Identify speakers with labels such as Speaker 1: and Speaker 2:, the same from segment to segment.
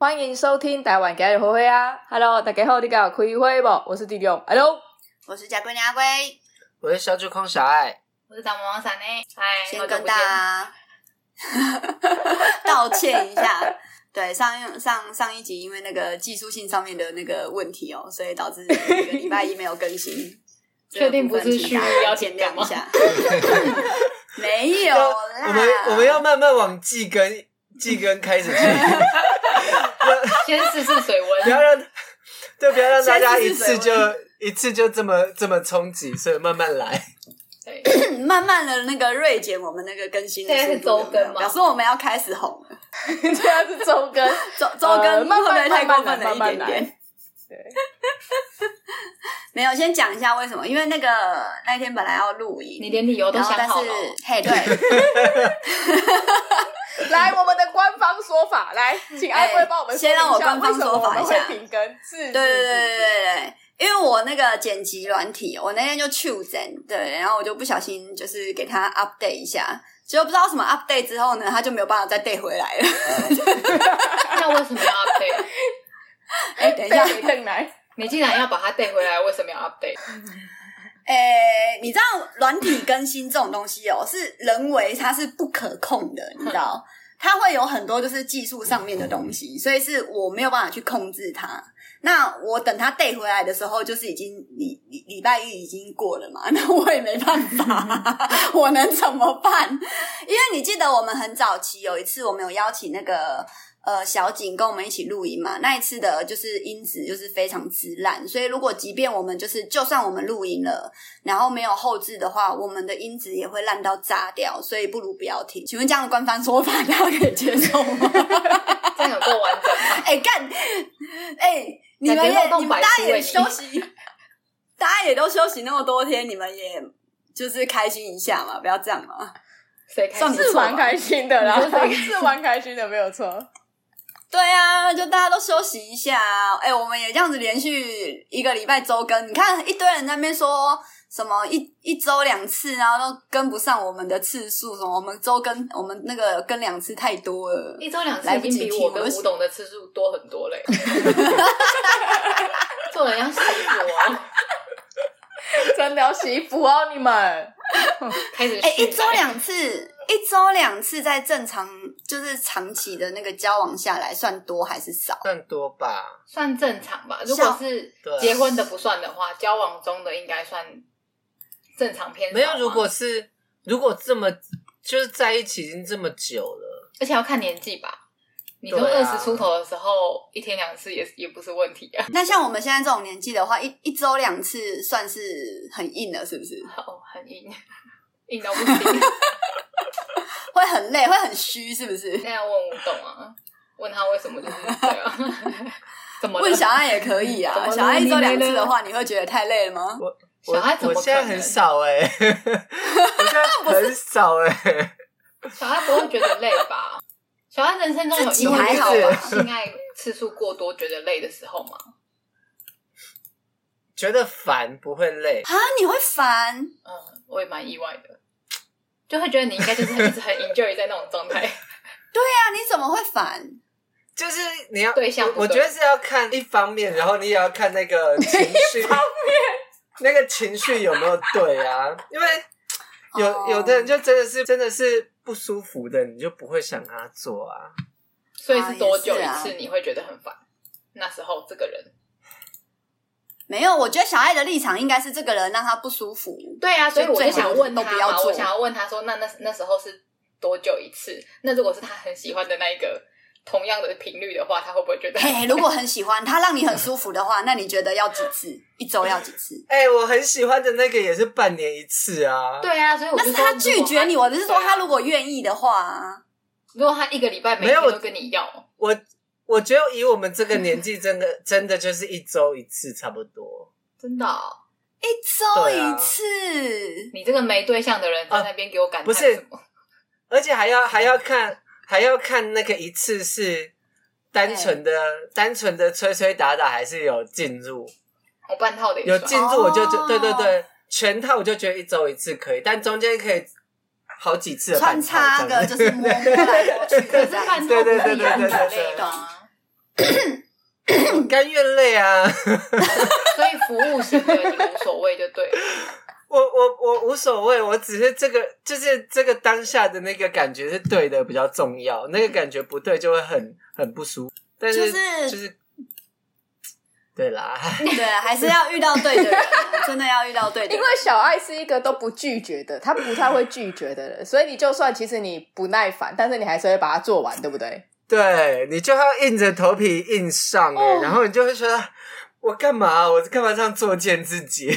Speaker 1: 欢迎收听台湾今日好会啊！Hello，大家好，你敢有开会不？我是弟弟，Hello，
Speaker 2: 我是贾龟娘阿龟，
Speaker 3: 我是小主控小爱，
Speaker 4: 我是张萌萌伞呢。嗨，
Speaker 2: 先
Speaker 4: 好久
Speaker 2: 跟
Speaker 4: 不
Speaker 2: 大
Speaker 4: 见
Speaker 2: 家 道歉一下。对，上一上上一集因为那个技术性上面的那个问题哦，所以导致这个礼拜一没有更新。
Speaker 4: 确定
Speaker 2: 这个部分
Speaker 4: 不是
Speaker 2: 请
Speaker 4: 蓄意
Speaker 2: 大家
Speaker 4: 要
Speaker 2: 见
Speaker 4: 剪掉
Speaker 2: 谅
Speaker 4: 吗
Speaker 2: 一下？ 没有啦，
Speaker 3: 我们我们要慢慢往季更 季更开始去，
Speaker 4: 先试试水
Speaker 3: 不
Speaker 4: 温。
Speaker 3: 要让对，不要让大家
Speaker 2: 先
Speaker 3: 一
Speaker 2: 试试水
Speaker 3: 次就一次就这么这么冲击，所以慢慢来。
Speaker 4: 对，
Speaker 2: 慢慢的那个锐减我们那个更新的
Speaker 4: 现
Speaker 2: 速
Speaker 4: 在是
Speaker 2: 度有
Speaker 4: 周
Speaker 2: 没有
Speaker 4: 更吗
Speaker 2: 表示我们要开始红了。
Speaker 1: 这样是周 更，
Speaker 2: 周周更
Speaker 1: 呃
Speaker 2: 哦会
Speaker 1: 慢
Speaker 2: 不会
Speaker 1: 慢
Speaker 2: 太过
Speaker 1: 慢
Speaker 2: 分
Speaker 1: 慢来
Speaker 2: 了一
Speaker 1: 慢慢
Speaker 2: 点
Speaker 1: 来
Speaker 2: 点？
Speaker 1: 对，
Speaker 2: 没有，先讲一下为什么，因为那个那天本来要录影，
Speaker 4: 你连理由都
Speaker 2: 然后
Speaker 4: 想
Speaker 2: 但是
Speaker 4: 好了哦。
Speaker 2: 嘿对，
Speaker 1: 来我们的官方说法，来，请安
Speaker 2: 哎
Speaker 1: 龟帮我们说
Speaker 2: 先让
Speaker 1: 明
Speaker 2: 我
Speaker 1: 一下
Speaker 2: 官方
Speaker 1: 为什么
Speaker 2: 说法
Speaker 1: 我们
Speaker 2: 一下
Speaker 1: 会停更，是，
Speaker 2: 对对对
Speaker 1: 是
Speaker 2: 对，对对，因为我那个剪辑软体，我那天就去剪，对，然后我就不小心就是给他 update 一下，结果不知道什么 update 之后呢，他就没有办法再 d 回来了。
Speaker 4: 那为什 么要 update？
Speaker 2: 哎，等一
Speaker 1: 是
Speaker 2: 下
Speaker 1: 对，对邓来，
Speaker 4: 你既然要把它带回来，为什么要 update？
Speaker 2: 诶，你知道软体更新这种东西哦，是人为它是不可控的，你知道，它会有很多就是技术上面的东西，所以是我没有办法去控制它。那我等它 day 回来的时候，就是已经礼礼礼拜一已经过了嘛， 那我也没办法， 我能怎么办？因为你记得我们很早期有一次，我们有邀请那个呃小景跟我们一起录音嘛，那一次的就是音质就是非常之烂，所以如果即便我们就是就算我们录音了，然后没有后置的话，我们的音质也会烂到炸掉，所以不如不要听。请问这样的官方说法大家可以接受吗？
Speaker 4: 这样有够完整 啊吗？
Speaker 2: 哎、干，哎、你们
Speaker 4: 感觉漏
Speaker 2: 也
Speaker 4: 洞
Speaker 2: 你们
Speaker 4: 百
Speaker 2: 大
Speaker 4: 出
Speaker 2: 家
Speaker 4: 欸
Speaker 2: 也
Speaker 4: 你
Speaker 2: 休息，大家也都休息那么多天，你们也就是开心一下嘛，不要这样嘛。
Speaker 4: 谁开
Speaker 2: 算
Speaker 4: 心？
Speaker 2: 不
Speaker 1: 是蛮开心的啦
Speaker 4: 你说 谁，
Speaker 1: 是蛮开心的，没有错。
Speaker 2: 对啊，就大家都休息一下啊。哎、我们也这样子连续一个礼拜周更，你看一堆人在那边说什么一一周两次，然后都跟不上我们的次数，什么我们周更我们那个更两次太多了。
Speaker 4: 一周两次
Speaker 2: 来
Speaker 4: 已
Speaker 2: 不
Speaker 4: 经
Speaker 2: 及
Speaker 4: 比
Speaker 2: 听
Speaker 4: 我
Speaker 2: 我
Speaker 4: 跟
Speaker 2: 都
Speaker 4: 吴董的次数多很多嘞。做人要惜福哦。
Speaker 1: 真的要惜福哦，你们。
Speaker 4: 开始
Speaker 2: 哎、
Speaker 4: 续
Speaker 2: 一周两次，一周两次，在正常就是长期的那个交往下来，算多还是少？
Speaker 3: 算多吧，
Speaker 4: 算正常吧。如果是
Speaker 3: 对啊
Speaker 4: 结婚的不算的话，交往中的应该算正常偏少
Speaker 3: 没
Speaker 4: 吧。
Speaker 3: 有。如果是如果这么就是在一起已经这么久了，
Speaker 4: 而且要看年纪吧。你都
Speaker 3: 对
Speaker 4: 二
Speaker 3: 啊
Speaker 4: 十出头的时候，一天两次也也不是问题啊。
Speaker 2: 那像我们现在这种年纪的话，一一周两次算是很硬了，是不是？
Speaker 4: 哦，很硬， 硬到不行。
Speaker 2: 会很累，会很虚，是不是？
Speaker 4: 那要问吴董啊，问他为什么就是这样？怎么了
Speaker 2: 问小爱也可 以
Speaker 4: 怎
Speaker 2: 啊，
Speaker 4: 么了
Speaker 2: 小爱一周两次的话，你会觉得太累了吗？
Speaker 3: 我
Speaker 4: 小孩怎么
Speaker 3: 我现在
Speaker 4: 可能
Speaker 3: 很少 哎、 我现在很少哎、
Speaker 4: 小孩不会觉得累吧？小孩人生中有
Speaker 2: 自己
Speaker 4: 因为
Speaker 2: 还好
Speaker 3: 吧
Speaker 4: 性爱次数过多觉得累的时候吗？
Speaker 3: 觉得烦不会累，
Speaker 2: 啊，你会烦？
Speaker 4: 嗯，我也蛮意外的，就会觉得你应该就是一直很 enjoy 在那种状态。
Speaker 2: 那你怎么会烦？
Speaker 3: 就是你要
Speaker 4: 对象不
Speaker 3: 我
Speaker 4: 对
Speaker 3: 觉得是要看一方面，然后你也要看那个情绪，那个情绪有没有对啊？因为有、
Speaker 2: 哦
Speaker 3: 有的人就真的是真的是不舒服的，你就不会想跟他做啊。
Speaker 4: 所以是多久
Speaker 2: 啊
Speaker 4: 一
Speaker 2: 也是啊
Speaker 4: 次你会觉得很烦？那时候这个人，
Speaker 2: 没有，我觉得小爱的立场应该是这个人让他不舒服。
Speaker 4: 对啊，所以
Speaker 2: 所以
Speaker 4: 我就
Speaker 2: 最好
Speaker 4: 想问
Speaker 2: 都
Speaker 4: 他
Speaker 2: 不要
Speaker 4: 嘛，
Speaker 2: 做
Speaker 4: 我想要问他说，那那那时候是多久一次？那如果是他很喜欢的那一个同样的频率的话，他会不会觉得？
Speaker 2: 嘿，如果很喜欢他，让你很舒服的话，那你觉得要几次？一周要几次？
Speaker 3: 哎、我很喜欢的那个也是半年一次啊。
Speaker 4: 对啊，所以我
Speaker 2: 那
Speaker 4: 就是说
Speaker 2: 他拒绝你，
Speaker 4: 如果啊
Speaker 2: 我的是说他如果愿意的话啊，
Speaker 4: 如果他一个礼拜每
Speaker 3: 没有
Speaker 4: 天
Speaker 3: 我
Speaker 4: 都跟你要，
Speaker 3: 我我觉得以我们这个年纪，真的真的就是一周一次差不多。
Speaker 4: 真的哦、
Speaker 2: 一周
Speaker 3: 对啊
Speaker 2: 一次。
Speaker 4: 你这个没对象的人在那边给我感
Speaker 3: 啊不
Speaker 4: 叹
Speaker 3: 是
Speaker 4: 什么？
Speaker 3: 而且还要还要看还要看那个一次是单纯的、单纯的吹吹打打，还是有进入
Speaker 4: 我半套的也
Speaker 3: 有
Speaker 4: 算
Speaker 3: 进入，我就觉、
Speaker 2: 哦
Speaker 3: 对对对，全套我就觉得一周一次可以，但中间可以好几次的
Speaker 2: 穿
Speaker 3: 半套
Speaker 2: 插
Speaker 3: 这样
Speaker 2: 个
Speaker 3: 子
Speaker 2: 就是摸摸来摸去
Speaker 4: 可
Speaker 2: 的
Speaker 4: 是
Speaker 2: 这样
Speaker 4: 半
Speaker 2: 子。
Speaker 4: 套
Speaker 3: 对
Speaker 4: 不
Speaker 3: 对
Speaker 4: 是
Speaker 3: 对
Speaker 4: 一样
Speaker 3: 对对
Speaker 4: 很
Speaker 3: 对
Speaker 4: 累
Speaker 2: 对
Speaker 4: 的吗？
Speaker 3: 甘愿累啊！
Speaker 4: 所以服务型的你无所谓就对了。
Speaker 3: 我我我无所谓，我只是这个就是这个当下的那个感觉是对的比较重要，那个感觉不对就会很很不舒服。但是
Speaker 2: 就是
Speaker 3: 就是对啦，
Speaker 2: 对，啊还是要遇到对的人，真的要遇到对的
Speaker 1: 因
Speaker 2: 人
Speaker 1: 为。小爱是一个都不拒绝的，他不太会拒绝的人，所以你就算其实你不耐烦，但是你还是会把它做完，对不对？
Speaker 3: 对你就要硬着头皮硬上、欸
Speaker 1: 哦
Speaker 3: 然后你就会觉得我干嘛？啊我干嘛这样作践自己？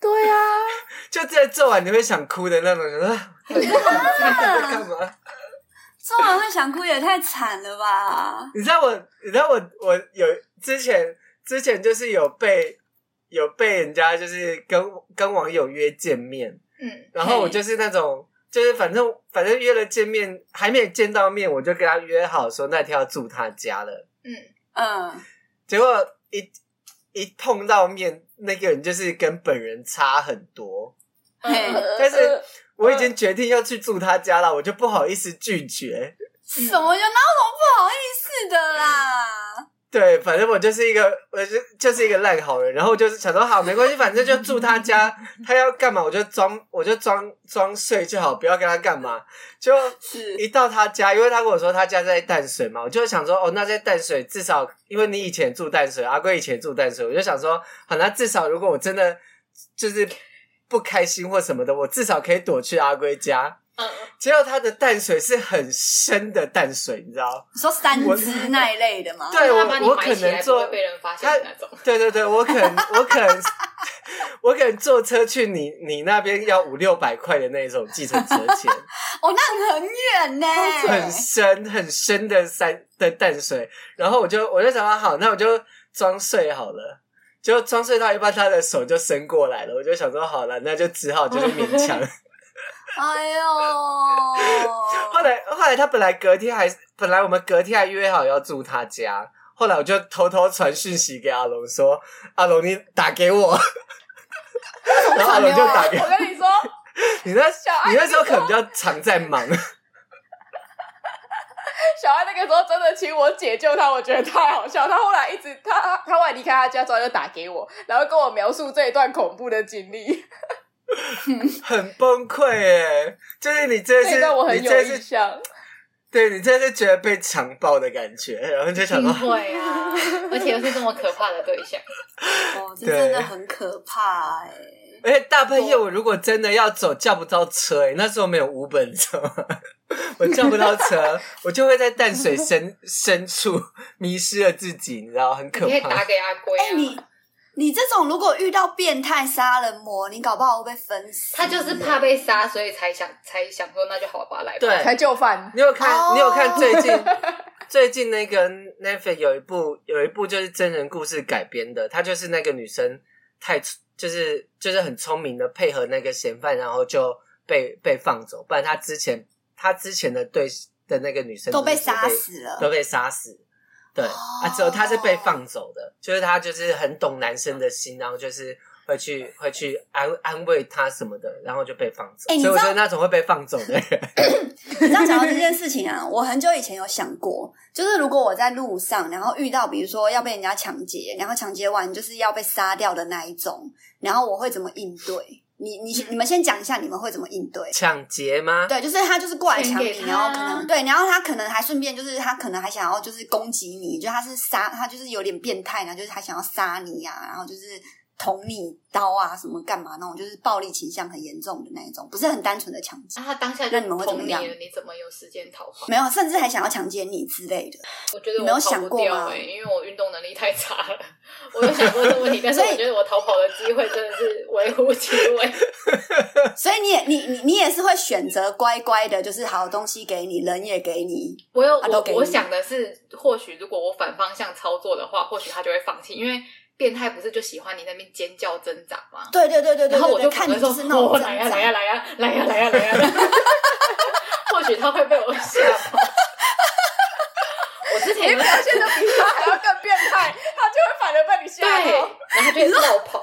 Speaker 1: 对啊，
Speaker 3: 就这做完你会想哭的那种，觉得我干嘛？
Speaker 2: 做完会想哭也太惨了吧？
Speaker 3: 你知道我，你知道我，我有之前之前就是有被有被人家就是跟跟网友约见面，
Speaker 4: 嗯，
Speaker 3: 然后我
Speaker 2: 嘿
Speaker 3: 就是那种就是反正反正约了见面，还没有见到面，我就跟他约好说那天要住他家了。
Speaker 4: 嗯，
Speaker 2: 嗯，
Speaker 3: 结果一一碰到面，那个人就是跟本人差很多。
Speaker 2: 嘿
Speaker 4: 嗯
Speaker 1: 呃
Speaker 3: 但是
Speaker 1: 呃
Speaker 3: 我已经决定要去住他家了，我就不好意思拒绝。
Speaker 2: 什么就哪有什么不好意思的啦？
Speaker 3: 对，反正我就是一个，我就就是一个烂好人，然后我就是想说，好，没关系，反正就住他 家，他要干嘛我就装，我就装装睡就好，不要跟他干嘛。就一到他家，因为他跟我说他家在淡水嘛，我就想说，哦，那在淡水至少，因为你以前住淡水，阿贵以前住淡水，我就想说，好，那至少如果我真的就是不开心或什么的，我至少可以躲去阿龟家。
Speaker 4: 嗯，
Speaker 3: 结果他的淡水是很深的淡水，你知道？
Speaker 2: 你说三
Speaker 3: 我
Speaker 2: 只那一类的吗？
Speaker 3: 对我
Speaker 4: 哦他把你
Speaker 3: 我
Speaker 4: 埋
Speaker 3: 可
Speaker 4: 起
Speaker 3: 能
Speaker 4: 来不
Speaker 3: 做
Speaker 4: 会被人发现的 那种。
Speaker 3: 对对对，我可能我可能 我可能坐车去你你那边要五六百块的那种计程车钱，
Speaker 2: 哦，那很远呢、
Speaker 3: 很深很深的山的淡水，然后我就我就想说好，那我就装睡好了。结果装睡到一半，他的手就伸过来了，我就想说好了，那就只好就是勉强。
Speaker 2: 哎呦，
Speaker 3: 后来后来他本来隔天还本来我们隔天还约好要住他家，后来我就偷偷传讯息给阿龙说：“阿龙，你打给我。” 然后阿龙就
Speaker 2: 啊
Speaker 3: 打给
Speaker 1: 我跟 你说，
Speaker 3: 你那
Speaker 1: 爱
Speaker 3: 你那时候可能比较常在忙，
Speaker 1: 小爱那个时候真的请我解救他，我觉得太好笑。他后来一直他他他后来离开他家之后就打给我，然后跟我描述这一段恐怖的经历，
Speaker 3: 很崩溃哎。就是你这
Speaker 1: 这一
Speaker 3: 次
Speaker 1: 段我，很
Speaker 3: 你
Speaker 1: 有
Speaker 3: 这
Speaker 1: 印
Speaker 3: 次
Speaker 1: 象。
Speaker 3: 对你这次觉得被强暴的感觉，然后就想
Speaker 4: 不
Speaker 3: 到，
Speaker 4: 会啊，而且又是这么可怕的对象，
Speaker 2: 哦，这真的很可怕哎、
Speaker 3: 而且大半夜我如果真的要走，叫不到车哎，那时候没有五本知道吗？ 我叫不到车，我就会在淡水深 深处迷失了自己，你知道，很
Speaker 4: 你
Speaker 3: 可
Speaker 4: 可以打
Speaker 3: 怕。
Speaker 4: 给阿龟
Speaker 2: 哎、
Speaker 4: 啊，
Speaker 2: 你你这种如果遇到变态杀人魔，你搞不好会被分死。
Speaker 4: 他就是怕被杀，所以才想才想说那就好吧，来吧。
Speaker 3: 对
Speaker 1: 才就范，
Speaker 3: 你有看？
Speaker 2: 哦
Speaker 3: 你有看最近最近那个 Netflix 有一部有一部就是真人故事改编的，它就是那个女生太就是就是很聪明的配合那个嫌犯，然后就被被放走，不然她之前她之前的对的那个女生
Speaker 2: 都
Speaker 3: 不是
Speaker 2: 被
Speaker 3: 也
Speaker 2: 杀死了哦
Speaker 3: 都。被杀死。对、啊，只有她是被放走的，就是她就是很懂男生的心，然后就是。会去会去安安慰他什么的，然后就被放走。
Speaker 2: 哎你
Speaker 3: 所以我
Speaker 2: 知
Speaker 3: 觉
Speaker 2: 道
Speaker 3: 得那种会被放走的人，
Speaker 2: 你知道讲到这件事情啊，我很久以前有想过，就是如果我在路上，然后遇到比如说要被人家抢劫，然后抢劫完就是要被杀掉的那一种，然后我会怎么应对？你你你们先讲一下你们会怎么应对？
Speaker 3: 抢劫吗？
Speaker 2: 对，就是他就是过来抢
Speaker 4: 钱
Speaker 2: 你，
Speaker 4: 给他
Speaker 2: 然后可能对，然后他可能还顺便就是他可能还想要就是攻击你，就他是杀他就是有点变态，然后就是他想要杀你呀、然后就是捅你刀啊什么干嘛那种，就是暴力倾向很严重的那一种，不是很单纯的抢劫
Speaker 4: 那，啊他当下就
Speaker 2: 那你们会怎么
Speaker 4: 捅你
Speaker 2: 样
Speaker 4: 了，你怎么有时间逃跑？
Speaker 2: 没有，甚至还想要强奸你之类的。
Speaker 4: 我觉
Speaker 2: 你
Speaker 4: 得我
Speaker 2: 没有
Speaker 4: 跑
Speaker 2: 想
Speaker 4: 不
Speaker 2: 过
Speaker 4: 掉
Speaker 2: 吗
Speaker 4: 哎、因为我运动能力太差了。我有想过这个 问题，但是
Speaker 2: 所以
Speaker 4: 我觉得我逃跑的机会真的是微乎其微。
Speaker 2: 所以你也你你你也是会选择乖乖的，就是好东西给你，人也给你。
Speaker 4: 我有
Speaker 2: 啊都
Speaker 4: 我
Speaker 2: 给你
Speaker 4: 我想的是，或许如果我反方向操作的话，或许他就会放弃，因为变态不是就喜欢你在那边尖叫挣扎吗？
Speaker 2: 对对对对对
Speaker 4: 然后我
Speaker 2: 对
Speaker 4: 就
Speaker 2: 对，看
Speaker 4: 反
Speaker 2: 你
Speaker 4: 而
Speaker 2: 就
Speaker 4: 说
Speaker 2: 是那种
Speaker 4: 哦
Speaker 2: 挣
Speaker 4: 来呀来呀
Speaker 2: 扎。
Speaker 4: 来呀来呀来呀来呀， 或许他会被我吓跑。我之前
Speaker 1: 你
Speaker 4: 有
Speaker 1: 表现的比他还要更变态，他就会反而被你吓
Speaker 4: 对，
Speaker 1: 到。
Speaker 4: 然后就绕跑，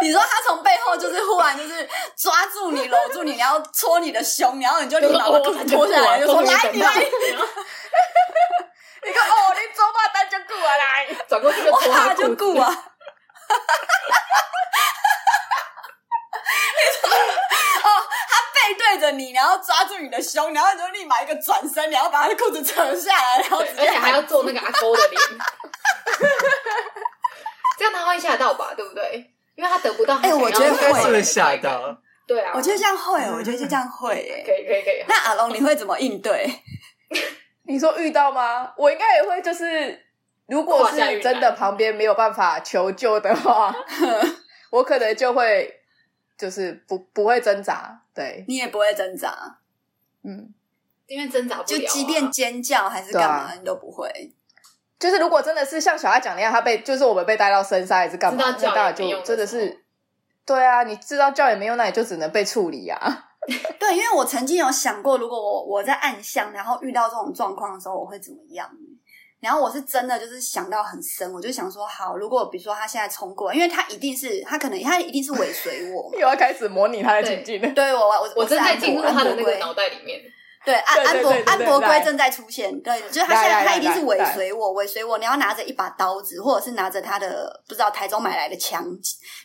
Speaker 2: 你说他从背后就是忽然就是抓住你，搂住你，然后戳你的 胸，然后你就立马把裤子脱下来，就说来你来。
Speaker 4: 然后
Speaker 1: 你看哦，你
Speaker 4: 转过去就脱
Speaker 2: 哇，
Speaker 4: 他
Speaker 2: 就
Speaker 4: 的
Speaker 2: 顾
Speaker 4: 裤子。
Speaker 2: 啊。 哦，他背对着你，然后抓住你的胸，然后你就立马一个转身，然后把他的裤子扯下来，然后
Speaker 4: 对
Speaker 2: 直，
Speaker 4: 而
Speaker 2: 接
Speaker 4: 且还要做那个阿勾的脸，这样他会吓到吧？对不对？因为他得不到他
Speaker 2: 哎
Speaker 4: 想要
Speaker 2: 我
Speaker 4: 的
Speaker 2: 觉得
Speaker 3: 应
Speaker 4: 快
Speaker 3: 该
Speaker 4: 感，
Speaker 3: 是
Speaker 2: 会
Speaker 3: 会吓到。
Speaker 4: 对啊，
Speaker 2: 我觉得这样会，我觉得就这样会欸耶。
Speaker 4: 可以可以可 以，
Speaker 2: 那阿龙，你会怎么应对？
Speaker 1: 你说遇到吗？我应该也会就是，如果
Speaker 4: 胯下遇
Speaker 1: 是
Speaker 4: 难
Speaker 1: 真的旁边没有办法求救的 话，我可能就会就是不不会挣扎。对，
Speaker 2: 你也不会挣扎，
Speaker 1: 嗯，
Speaker 4: 因为挣扎不
Speaker 2: 就
Speaker 4: 了啊，
Speaker 2: 即便尖叫还是干嘛，
Speaker 1: 对
Speaker 2: 你都不会。
Speaker 1: 就是如果真的是像小爱讲那样，他被就是我们被带到深山还是干嘛，
Speaker 4: 知
Speaker 1: 那
Speaker 4: 道
Speaker 1: 当
Speaker 4: 叫
Speaker 1: 然
Speaker 4: 也没用
Speaker 1: 就
Speaker 4: 的
Speaker 1: 真的
Speaker 4: 时候
Speaker 1: 是，对啊，你知道叫也没用，那你就只能被处理啊。
Speaker 2: 对，因为我曾经有想过，如果我我在暗巷，然后遇到这种状况的时候，我会怎么样？然后我是真的就是想到很深，我就想说，好，如果比如说他现在冲过来，因为他一定是他可能他一定是尾随我 嘛，
Speaker 1: 又要开始模拟他的情境了。
Speaker 2: 对我我
Speaker 4: 我
Speaker 2: 是
Speaker 4: 正在
Speaker 2: 安
Speaker 4: 进入
Speaker 2: 博安
Speaker 4: 他的
Speaker 2: 博
Speaker 4: 那个
Speaker 2: 龟
Speaker 4: 脑袋里面，
Speaker 2: 对，安
Speaker 1: 对
Speaker 2: 安
Speaker 1: 对
Speaker 2: 博
Speaker 1: 对对
Speaker 2: 安
Speaker 1: 对
Speaker 2: 博龟
Speaker 1: 来
Speaker 2: 正在出现，对，就是他
Speaker 1: 来
Speaker 2: 现在
Speaker 1: 来
Speaker 2: 他
Speaker 1: 来
Speaker 2: 一定是
Speaker 1: 来
Speaker 2: 尾
Speaker 1: 来
Speaker 2: 随我，尾随我，然后拿着一把刀子，或者是拿着他的不知道台中买来的枪，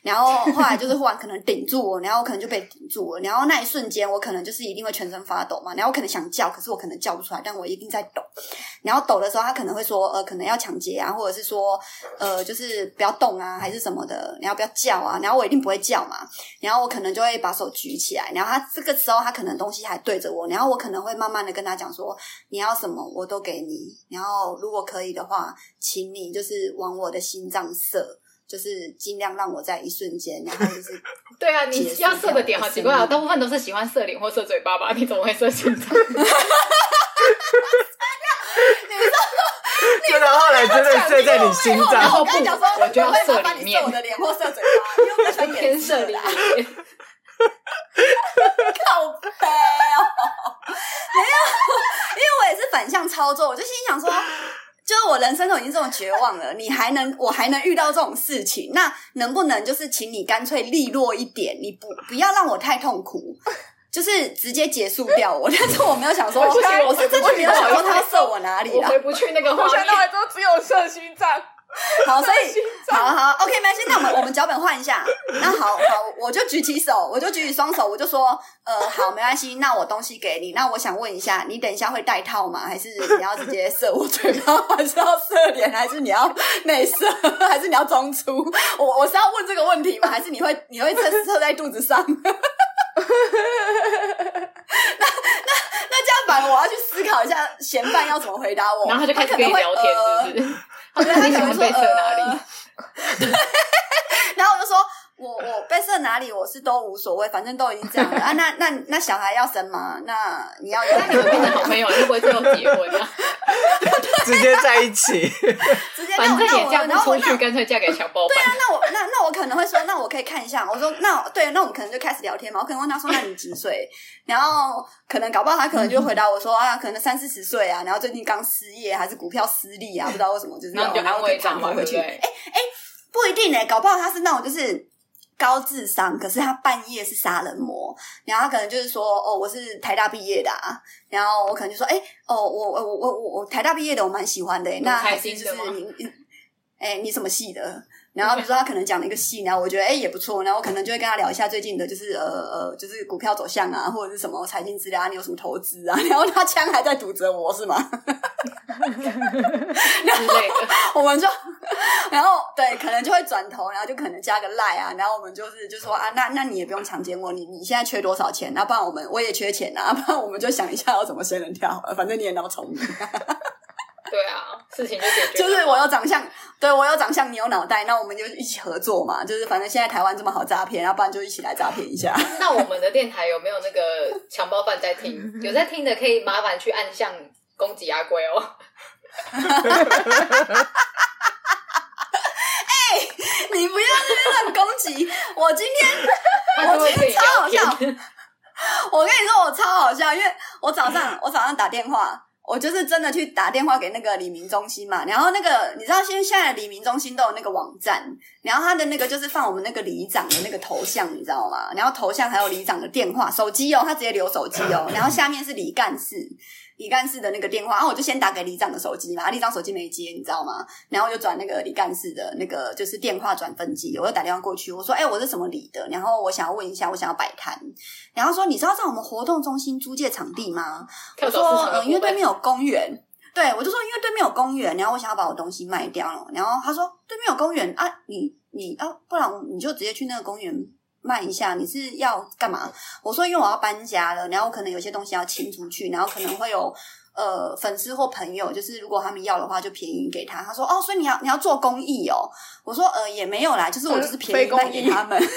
Speaker 2: 然后后来就是忽然可能顶住我，然后我可能就被顶住了，然后那一瞬间我可能就是一定会全身发抖嘛，然后我可能想叫，可是我可能叫不出来，但我一定在抖，然后抖的时候他可能会说呃可能要抢劫啊，或者是说呃就是不要动啊还是什么的，然后不要叫啊，然后我一定不会叫嘛，然后我可能就会把手举起来，然后他这个时候他可能东西还对着我，然后我可能会慢慢的跟他讲说，你要什么我都给你，然后如果可以的话，请你就是往我的心脏射，就是尽量让我在一瞬间，然后 就是
Speaker 4: 对啊，你
Speaker 2: 结束
Speaker 4: 要射的点好奇怪啊，
Speaker 2: 这
Speaker 4: 大部分都是喜欢射脸或射嘴巴吧？你怎么会射心脏？
Speaker 3: 真的后来真的射在你心
Speaker 4: 然
Speaker 3: 脏，
Speaker 4: 后
Speaker 2: 我跟
Speaker 4: 不
Speaker 2: 你讲说，，
Speaker 4: 我就要
Speaker 2: 会
Speaker 4: 射
Speaker 2: 麻烦
Speaker 4: 里
Speaker 2: 你射
Speaker 4: 面
Speaker 2: 我，的脸或射嘴巴， 因为我喜欢
Speaker 4: 偏
Speaker 2: 脸
Speaker 4: 射
Speaker 2: 射
Speaker 4: 里
Speaker 2: 啦，
Speaker 4: 面。
Speaker 2: 靠背哦，没有，因为我也是反向操作，我就心想说。就是我人生都已经这么绝望了，你还能我还能遇到这种事情，那能不能就是请你干脆利落一点，你不不要让我太痛苦，就是直接结束掉我。 但是我没有想说，
Speaker 4: 我不行
Speaker 2: 我是真的没有想说他要射我哪里
Speaker 4: 我
Speaker 2: 啦。
Speaker 4: 回不去那个画
Speaker 1: 我想
Speaker 4: 面
Speaker 1: 到。还都只有射心 脏，
Speaker 2: 好，所以好好，OK，没关系。那我们我们脚本换一下。那好好，我就举起手，我就举起双手，我就说，呃，好，没关系。那我东西给你。那我想问一下，你等一下会戴套吗？还是你要直接射我嘴巴， 还是要射脸，还是你要内射，还是你要中出？我我是要问这个问题吗？还是你会你会射射在肚子上？ 那那那这样，反而我要去思考一下嫌犯要怎么回答我。
Speaker 4: 然后他就开始
Speaker 2: 可
Speaker 4: 跟
Speaker 2: 能
Speaker 4: 你
Speaker 2: 会
Speaker 4: 聊天，
Speaker 2: 呃
Speaker 4: 是不是？呃他说你喜欢被射哪里？
Speaker 2: 然后我就说，我我被射哪里我是都无所谓，反正都已经这样了啊。那那那小孩要生吗？那你要
Speaker 4: 那你呃们变成好朋友，会不会最后结婚啊？
Speaker 3: 直接在一起。
Speaker 2: 直接那
Speaker 4: 反
Speaker 2: 我
Speaker 4: 正
Speaker 2: 那
Speaker 4: 也
Speaker 2: 我
Speaker 4: 嫁
Speaker 2: 然后
Speaker 4: 不
Speaker 2: 我
Speaker 4: 出去，
Speaker 2: 那。
Speaker 4: 干脆嫁给强暴
Speaker 2: 那
Speaker 4: 犯。
Speaker 2: 那我那那我可能会说，那我可以看一下。我说那对，那我们可能就开始聊天嘛。我可能问他说，那你几岁？然后可能搞不好他可能就回答我说啊，可能三四十岁啊，然后最近刚失业，还是股票失利啊，不知道为什么就是。
Speaker 4: 然后你就安慰他嘛，
Speaker 2: 然后
Speaker 4: 对
Speaker 2: 回
Speaker 4: 不
Speaker 2: 去。哎
Speaker 4: 对？
Speaker 2: 不一定呢、搞不好他是那种就是高智商，可是他半夜是杀人魔，然后他可能就是说，哦，我是台大毕业的啊，然后我可能就说，哎、哦，我我我我我我台大毕业的，我蛮喜欢的、欸，那还是就是
Speaker 4: 开心的
Speaker 2: 嗯
Speaker 4: 吗
Speaker 2: 你，你哎、你什么系的？然后比如说他可能讲了一个戏，然后我觉得哎、也不错，然后我可能就会跟他聊一下最近的，就是呃呃，就是股票走向啊，或者是什么财经资料啊，你有什么投资啊？ 然后他枪还在堵着我是吗？
Speaker 4: 之类的。
Speaker 2: 我们就，然后对，可能就会转头，然后就可能加个赖啊，然后我们就是就说啊，那那你也不用强奸我，你你现在缺多少钱？那不然我们我也缺钱啊，不然我们就想一下要怎么仙人跳 好了，反正你也那么聪明，
Speaker 4: 对啊，事情就解决。
Speaker 2: 就是我有长相，对我有长相，你有脑袋，那我们就一起合作嘛，就是反正现在台湾这么好诈骗，要不然就一起来诈骗一下。
Speaker 4: 那我们的电台有没有那个强暴犯在听？有在听的可以麻烦去按向攻击阿龟哦。
Speaker 2: 你不要在那边乱攻击， 我今天
Speaker 4: 他就会跟你聊
Speaker 2: 我觉得超好
Speaker 4: 天。
Speaker 2: 我跟你说，我超好笑，因为我早上我早上打电话，我就是真的去打电话给那个李明中心嘛。然后那个你知道，现在现在的李明中心都有那个网站，然后他的那个就是放我们那个里长的那个头像，你知道吗？然后头像还有里长的电话、手机哦，他直接留手机哦。然后下面是李干事，李干事的那个电话，啊然、后我就先打给里长的手机嘛，啊里长手机没接，你知道吗？然后我就转那个李干事的那个就是电话转分机，我就打电话过去，我说：“哎、我是什么里的？然后我想要问一下，我想要摆摊。”然后说：“你知道在我们活动中心租借场地吗？”
Speaker 4: 跳
Speaker 2: 我
Speaker 4: 蚤市
Speaker 2: 说，
Speaker 4: 场的
Speaker 2: 嗯，因为
Speaker 4: 伙
Speaker 2: 对
Speaker 4: 伴
Speaker 2: 面有公园。对，我就说因为对面有公园，然后我想要把我东西卖掉了。然后他说对面有公园啊，你你啊，不然你就直接去那个公园卖一下。你是要干嘛？我说因为我要搬家了，然后我可能有些东西要清出去，然后可能会有呃粉丝或朋友，就是如果他们要的话就便宜给他。他说哦，所以你要你要做公益哦。我说呃也没有啦，就是我就是便宜卖给他们。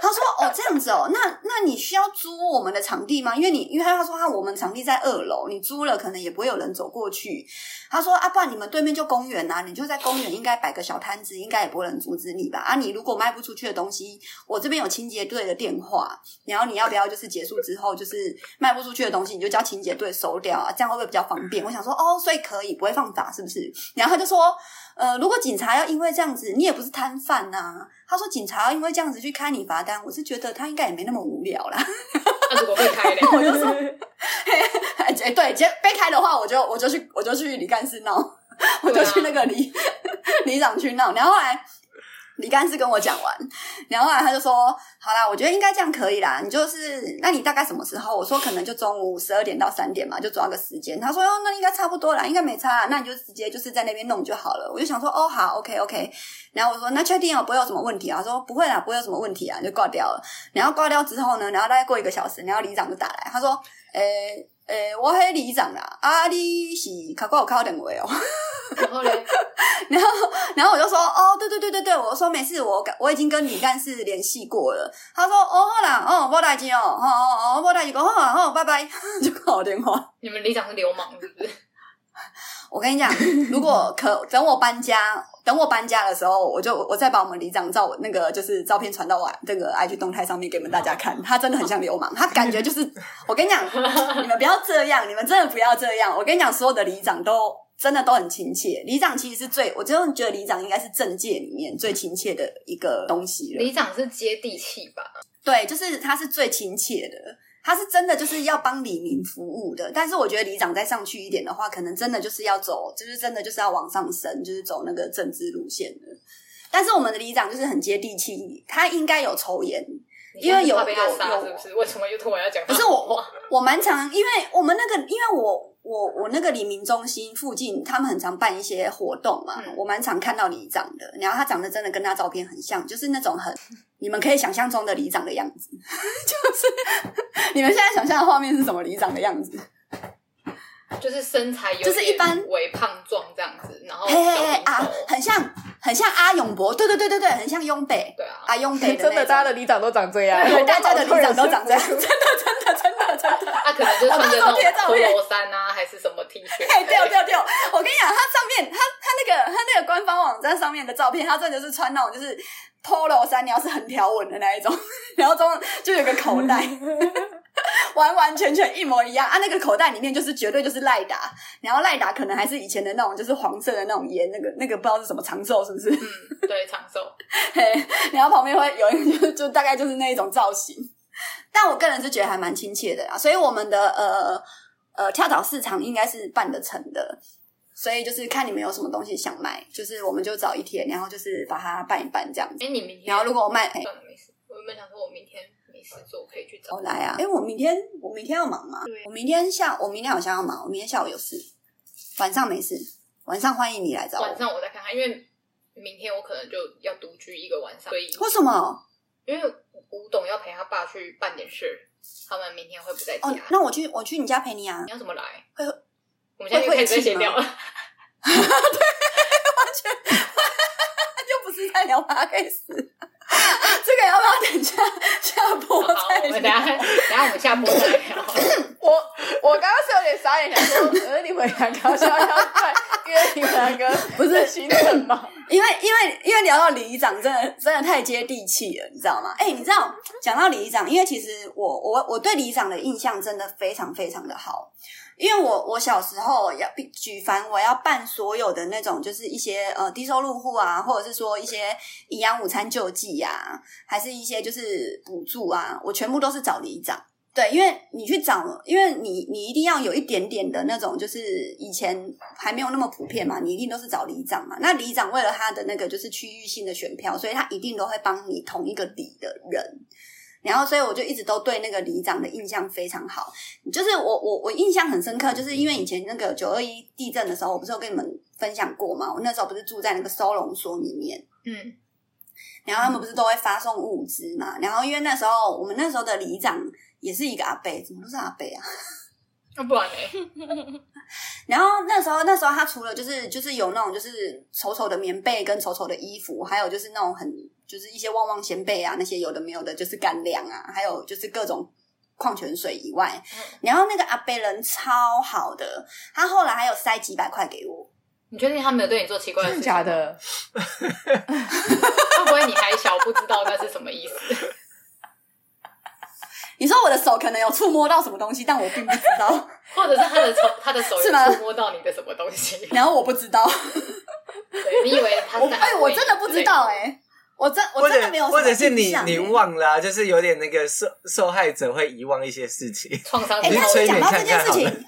Speaker 2: 他说：“哦，这样子哦，那那你需要租我们的场地吗？因为你，因为他说他我们场地在二楼，你租了可能也不会有人走过去。他说啊，不然你们对面就公园啊，你就在公园应该摆个小摊子，应该也不会有人阻止你吧？啊，你如果卖不出去的东西，我这边有清洁队的电话，然后你要不要就是结束之后就是卖不出去的东西，你就叫清洁队收掉啊，这样会不会比较方便？我想说哦，所以可以不会犯法是不是？然后他就说呃，如果警察要因为这样子，你也不是摊贩呐、他说警察要因为这样子去开你罚单，我是觉得他应该也没那么无聊啦。
Speaker 4: 那如果被开嘞，
Speaker 2: 我就说， 哎、对，结被开的话，我就我就去我就去李干事闹，我就去那个李、 李长去闹。然后后来李干事跟我讲完，然后后来他就说：“好啦，我觉得应该这样可以啦。你就是，那你大概什么时候？”我说：“可能就中午十二点到三点嘛，就抓个时间。”他说：“哦，那应该差不多啦，应该没差啦。啊那你就直接就是在那边弄就好了。”我就想说：“哦，好，OK OK。”然后我说：“那确定哦，不会有什么问题啊？”他说：“不会啦，不会有什么问题啊。”就挂掉了。然后挂掉之后呢，然后大概过一个小时，然后里长就打来，他说：“诶、诶、我迄里长啦，啊，你是考过有考电话哦。”
Speaker 4: 然后嘞，
Speaker 2: 然后，然后我就说，哦，对对对对对，我说没事，我我已经跟李干事联系过了。他说，哦，好啦，哦，莫代金哦，哦哦哦，莫代金，哦哦，拜 拜，就挂我电话。
Speaker 4: 你们里长是流氓是不是？
Speaker 2: 我跟你讲，如果可等我搬家，等我搬家的时候，我就我再把我们里长照那个就是照片传到我那个 IG 动态上面给你们大家看，他真的很像流氓，他感觉就是我跟你讲，你们不要这样，你们真的不要这样。我跟你讲，所有的里长都真的都很亲切，里长其实是最，我真的觉得里长应该是政界里面最亲切的一个东西了。
Speaker 4: 里长是接地气吧？
Speaker 2: 对，就是他是最亲切的，他是真的就是要帮李明服务的。但是我觉得里长再上去一点的话，可能真的就是要走，就是真的就是要往上升，就是走那个政治路线的。但是我们的里长就是很接地气，他应该有抽烟，
Speaker 4: 你现在
Speaker 2: 因为有
Speaker 4: 怕被他杀
Speaker 2: 有
Speaker 4: 是不是？为什么又突然要讲他？
Speaker 2: 可是我我我蛮常，因为我们那个，因为我我我那个黎明中心附近，他们很常办一些活动嘛，
Speaker 4: 嗯
Speaker 2: 我蛮常看到里长的。然后他长得真的跟他照片很像，就是那 种很你们可以想象中的里长的样子， 就是你们现在想象的画面是什么里长的样子？
Speaker 4: 就是身材有
Speaker 2: 就是一
Speaker 4: 点
Speaker 2: 般
Speaker 4: 微胖壮这样子，然
Speaker 1: 哦
Speaker 4: 后
Speaker 2: 嘿嘿
Speaker 4: 小
Speaker 2: 嘿
Speaker 4: 平
Speaker 2: 啊
Speaker 4: 头，，
Speaker 2: 很像很像阿永博，对对对对对，很像雍北
Speaker 4: 对啊，
Speaker 2: 阿雍 北
Speaker 1: 真
Speaker 2: 的
Speaker 1: 的，大家
Speaker 2: 那
Speaker 1: 的
Speaker 2: 种。
Speaker 1: 里长都长这样，
Speaker 2: 对，大家的里长都长 这样，
Speaker 1: 我
Speaker 2: 真的，真的，真的，真的。
Speaker 4: 他可能就是穿着那
Speaker 2: 我那时候贴照
Speaker 4: 种
Speaker 2: 片
Speaker 4: polo 衫啊，还是什么 T 恤，
Speaker 2: 哎，对对对，我跟你讲，它上面它它那个它那个官方网站上面的照片，它真的就是穿那种就是 polo 衫，你要是横条纹的那一种，然后中就有个口袋，完完全全一模一样啊！那个口袋里面就是绝对就是赖达，然后赖达可能还是以前的那种就是黄色的那种烟，那个那个不知道是什么长寿是不是？
Speaker 4: 嗯，对，长寿。
Speaker 2: 嘿， 然后旁边会有一个，就就大概就是那一种造型。但我个人是觉得还蛮亲切的啦，所以我们的呃呃跳蚤市场应该是办得成的。所以就是看你们有什么东西想卖，就是我们就找一天，然后就是把它办一办这样子。
Speaker 4: 哎，你明天
Speaker 2: 然后如果我卖，哎、
Speaker 4: 算了，没事。我原本想说，我明天没事做，可以去找
Speaker 2: 我。来啊！哎、我明天我明天要忙吗？
Speaker 4: 对
Speaker 2: 我明天下我明天好像要忙，我明天下午有事，晚上没事，晚上欢迎你来找
Speaker 4: 晚
Speaker 2: 我。
Speaker 4: 上我再看看，因为明天我可能就要独居一个晚 上，所以
Speaker 2: 为什么？
Speaker 4: 因为吴董要陪他爸去办点事，他们明天会不在家。
Speaker 2: 哦，那我去我去你家陪你啊
Speaker 4: 你！要怎么来？
Speaker 2: 会
Speaker 4: 我们现在就开始在闲聊了。
Speaker 2: 又不是在聊 p o d 这个要不要等一下下播
Speaker 4: 好，
Speaker 2: 再
Speaker 4: 我们等一
Speaker 2: 聊？
Speaker 4: 下，等一下我们下播再聊。
Speaker 1: 我刚刚是有点傻眼，想说，呃，你们两个想要在约你们两个 不是行程吗？
Speaker 2: 因为因为因为聊到李长，真的真的太接地气了，你知道吗？哎、你知道讲到李长，因为其实我我我对李长的印象真的非常非常的好，因为我我小时候要举凡我要办所有的那种，就是一些呃低收入户啊，或者是说一些营养午餐救济啊，还是一些就是补助啊，我全部都是找里长。对，因为你去找，因为你你一定要有一点点的那种，就是以前还没有那么普遍嘛，你一定都是找里长嘛。那里长为了他的那个就是区域性的选票，所以他一定都会帮你同一个里的人。然后，所以我就一直都对那个里长的印象非常好。就是我我我印象很深刻，就是因为以前那个九二一地震的时候，我不是有跟你们分享过嘛？我那时候不是住在那个收容所里面，
Speaker 4: 嗯，
Speaker 2: 然后他们不是都会发送物资嘛？然后因为那时候我们那时候的里长也是一个阿伯，怎么都是阿伯啊？
Speaker 4: 那不然呢？
Speaker 2: 然后那时候，那时候他除了就是就是有那种就是丑丑的棉被跟丑丑的衣服，还有就是那种很就是一些旺旺仙贝啊那些有的没有的，就是干粮啊，还有就是各种矿泉水以外，然后那个阿贝人超好的，他后来还有塞几百块给我，
Speaker 4: 你确定他没有对你做奇怪的
Speaker 1: 真的
Speaker 4: 事情？
Speaker 1: 假？的？
Speaker 4: 会不会你还小不知道那是什么意思？
Speaker 2: 你说我的手可能有触摸到什么东西，但我并不知道，
Speaker 4: 或者是他的手，他的手有
Speaker 2: 是吗
Speaker 4: 触摸到你的什么东西？
Speaker 2: 然后我不知道，
Speaker 4: 对你以为他
Speaker 2: 我
Speaker 4: 是在
Speaker 2: 哎、
Speaker 4: 安慰
Speaker 2: 我
Speaker 4: 你
Speaker 2: 真的不
Speaker 4: 之
Speaker 2: 知
Speaker 4: 类的
Speaker 2: 道哎、我真 我
Speaker 3: 或
Speaker 2: 真
Speaker 3: 者
Speaker 2: 的没有什么
Speaker 3: 或者是
Speaker 2: 印
Speaker 3: 你
Speaker 2: 象
Speaker 3: 你
Speaker 2: 哎
Speaker 3: 忘了、啊，就是有点那个受受害者会遗忘一些事情。
Speaker 4: 创伤
Speaker 2: 哎、
Speaker 4: 之
Speaker 3: 你
Speaker 2: 但
Speaker 4: 后
Speaker 3: 催
Speaker 2: 是
Speaker 3: 眠
Speaker 2: 讲到这
Speaker 3: 看
Speaker 2: 件
Speaker 3: 看
Speaker 2: 事
Speaker 3: 好了
Speaker 2: 情，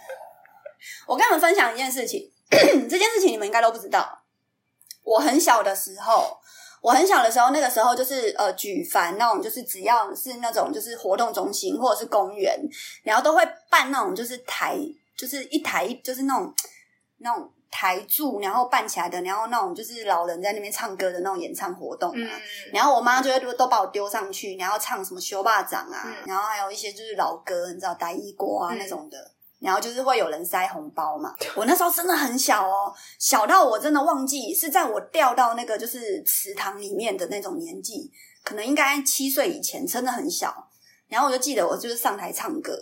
Speaker 2: 我跟你们分享一件事情，这件事情你们应该都不知道。我很小的时候，我很小的时候，那个时候就是呃，举凡那种就是只要是那种就是活动中心或者是公园，然后都会办那种就是台，就是一台就是那种那种台柱，然后办起来的，然后那种就是老人在那边唱歌的那种演唱活动啊。
Speaker 4: 嗯，
Speaker 2: 然后我妈就会都都把我丢上去，然后唱什么修霸掌啊，
Speaker 4: 嗯
Speaker 2: 然后还有一些就是老歌，你知道打一锅啊、
Speaker 4: 嗯
Speaker 2: 那种的。然后就是会有人塞红包嘛，我那时候真的很小哦，小到我真的忘记是在我掉到那个就是池塘里面的那种年纪，可能应该七岁以前，真的很小。然后我就记得我就是上台唱歌，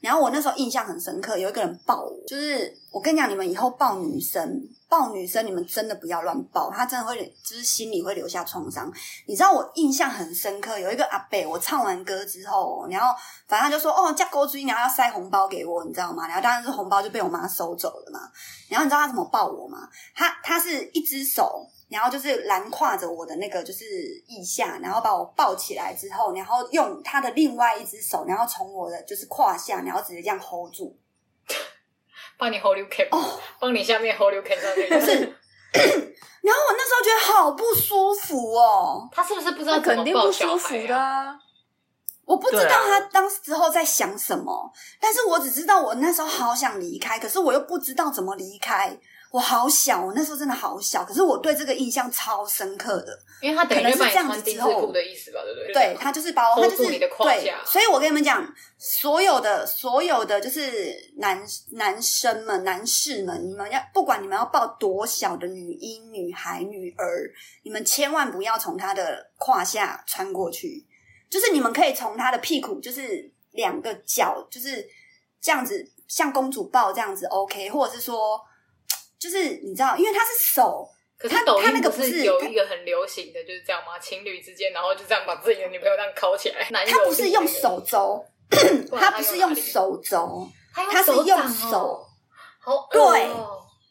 Speaker 2: 然后我那时候印象很深刻，有一个人抱我，就是我跟你讲，你们以后抱女生，抱女生你们真的不要乱抱，她真的会就是心里会留下创伤。你知道我印象很深刻，有一个阿伯，我唱完歌之后，然后反正他就说哦，叫勾追，然后要塞红包给我，你知道吗？然后当然是红包就被我妈收走了嘛。然后你知道他怎么抱我吗？他他是一只手，然后就是拦挎着我的那个就是腋下，然后把我抱起来之后，然后用他的另外一只手，然后从我的就是胯下，然后直接这样 hold 住。
Speaker 4: 帮你 hold you can，
Speaker 2: 哦
Speaker 4: 帮你下面 hold you can 上去。
Speaker 2: 是然后我那时候觉得好不舒服哦，
Speaker 4: 他是不是不知道
Speaker 1: 那
Speaker 4: 怎
Speaker 1: 肯
Speaker 4: 么
Speaker 1: 定
Speaker 4: 抱
Speaker 1: 不
Speaker 4: 小
Speaker 1: 舒
Speaker 4: 孩
Speaker 1: 服的
Speaker 4: 啊？
Speaker 1: 啊。
Speaker 2: 我不知
Speaker 3: 对
Speaker 2: 道
Speaker 3: 啊
Speaker 2: 他当时候在想什么，但是我只知道我那时候好想离开，可是我又不知道怎么离开。我好小，我那时候真的好小，可是我对这个印象超深刻的。
Speaker 4: 因为他等于就把
Speaker 2: 可能
Speaker 4: 你穿
Speaker 2: 是这样子
Speaker 4: 丁
Speaker 2: 之
Speaker 4: 字
Speaker 2: 后
Speaker 4: 裤的意思吧，对不对？
Speaker 2: 对他就是把我，他
Speaker 4: hold
Speaker 2: 就是
Speaker 4: 住你的胯
Speaker 2: 对
Speaker 4: 下，
Speaker 2: 所以我跟你们讲，所有的所有的就是男男生们、男士们，你们要不管你们要抱多小的女婴、女孩、女儿，你们千万不要从他的胯下穿过去，就是你们可以从他的屁股，就是两个脚，就是这样子，像公主抱这样子 OK，或者是说，就是你知道，因为他是手，
Speaker 4: 可
Speaker 2: 他
Speaker 4: 是抖
Speaker 2: 他那
Speaker 4: 音
Speaker 2: 个
Speaker 4: 不
Speaker 2: 不是
Speaker 4: 是有一个很流行的，就是这样吗？情侣之间，然后就这样把自己的女朋友这样铐起来。男友
Speaker 2: 他不是
Speaker 4: 力那
Speaker 2: 用
Speaker 4: 个，
Speaker 2: 手肘，
Speaker 4: 不然
Speaker 2: 他
Speaker 4: 他
Speaker 2: 不是
Speaker 4: 用
Speaker 2: 用
Speaker 4: 哪里
Speaker 2: 手肘。
Speaker 4: 他
Speaker 2: 他是
Speaker 4: 用
Speaker 2: 用
Speaker 4: 掌哦
Speaker 2: 手，
Speaker 4: 好恶哦
Speaker 2: 对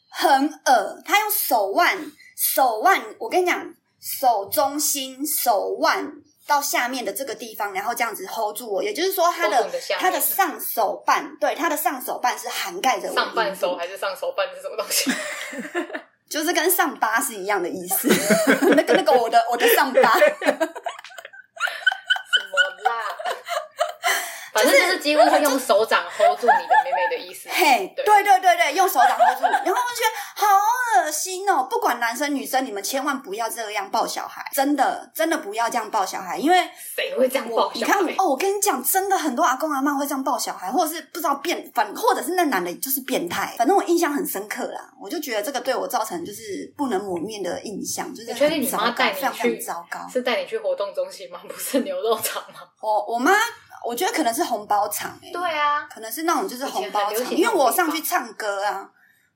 Speaker 2: 很恶，他用手腕、手腕，我跟你讲，手中心、手腕到下面的这个地方，然后这样子 hold 住我，也就是说他
Speaker 4: hold 住
Speaker 2: 的
Speaker 4: 你的下面
Speaker 2: 他的上手半，对，他的上手半是涵盖着我的
Speaker 4: 上半
Speaker 2: 阴
Speaker 4: 手
Speaker 2: 部，
Speaker 4: 还是上手半是什么东西？
Speaker 2: 就是跟上巴是一样的意思。 那个那个我的我的上巴，
Speaker 4: 什么 啦？反正就是几乎是用手掌 hold 住你的妹妹的意思。
Speaker 2: 嘿，
Speaker 4: 对
Speaker 2: 对对对对，用手掌 hold 住， 然后我就觉得好恶心哦！不管男生女生，你们千万不要这样抱小孩，真的真的不要这样抱小孩，因为。
Speaker 4: 谁会这样哎
Speaker 2: 我
Speaker 4: 抱
Speaker 2: 你
Speaker 4: 小
Speaker 2: 看
Speaker 4: 孩？
Speaker 2: 哦，我跟你讲，真的很多阿公阿妈会这样抱小孩，或者是不知道变反，或者是那男的就是变态。反正我印象很深刻啦，我就觉得这个对我造成就是不能磨灭的印象，就是
Speaker 4: 你确定
Speaker 2: 很
Speaker 4: 你
Speaker 2: 糟
Speaker 4: 妈
Speaker 2: 糕，
Speaker 4: 带
Speaker 2: 非
Speaker 4: 你
Speaker 2: 常非
Speaker 4: 去
Speaker 2: 常糟糕。
Speaker 4: 是带你去活动中心吗？不是牛肉场吗？
Speaker 2: 我我妈，我觉得可能是红包场哎、
Speaker 4: 对啊，
Speaker 2: 可能是那种就是红包
Speaker 4: 以前很流
Speaker 2: 场，
Speaker 4: 行
Speaker 2: 因为我上去唱歌啊。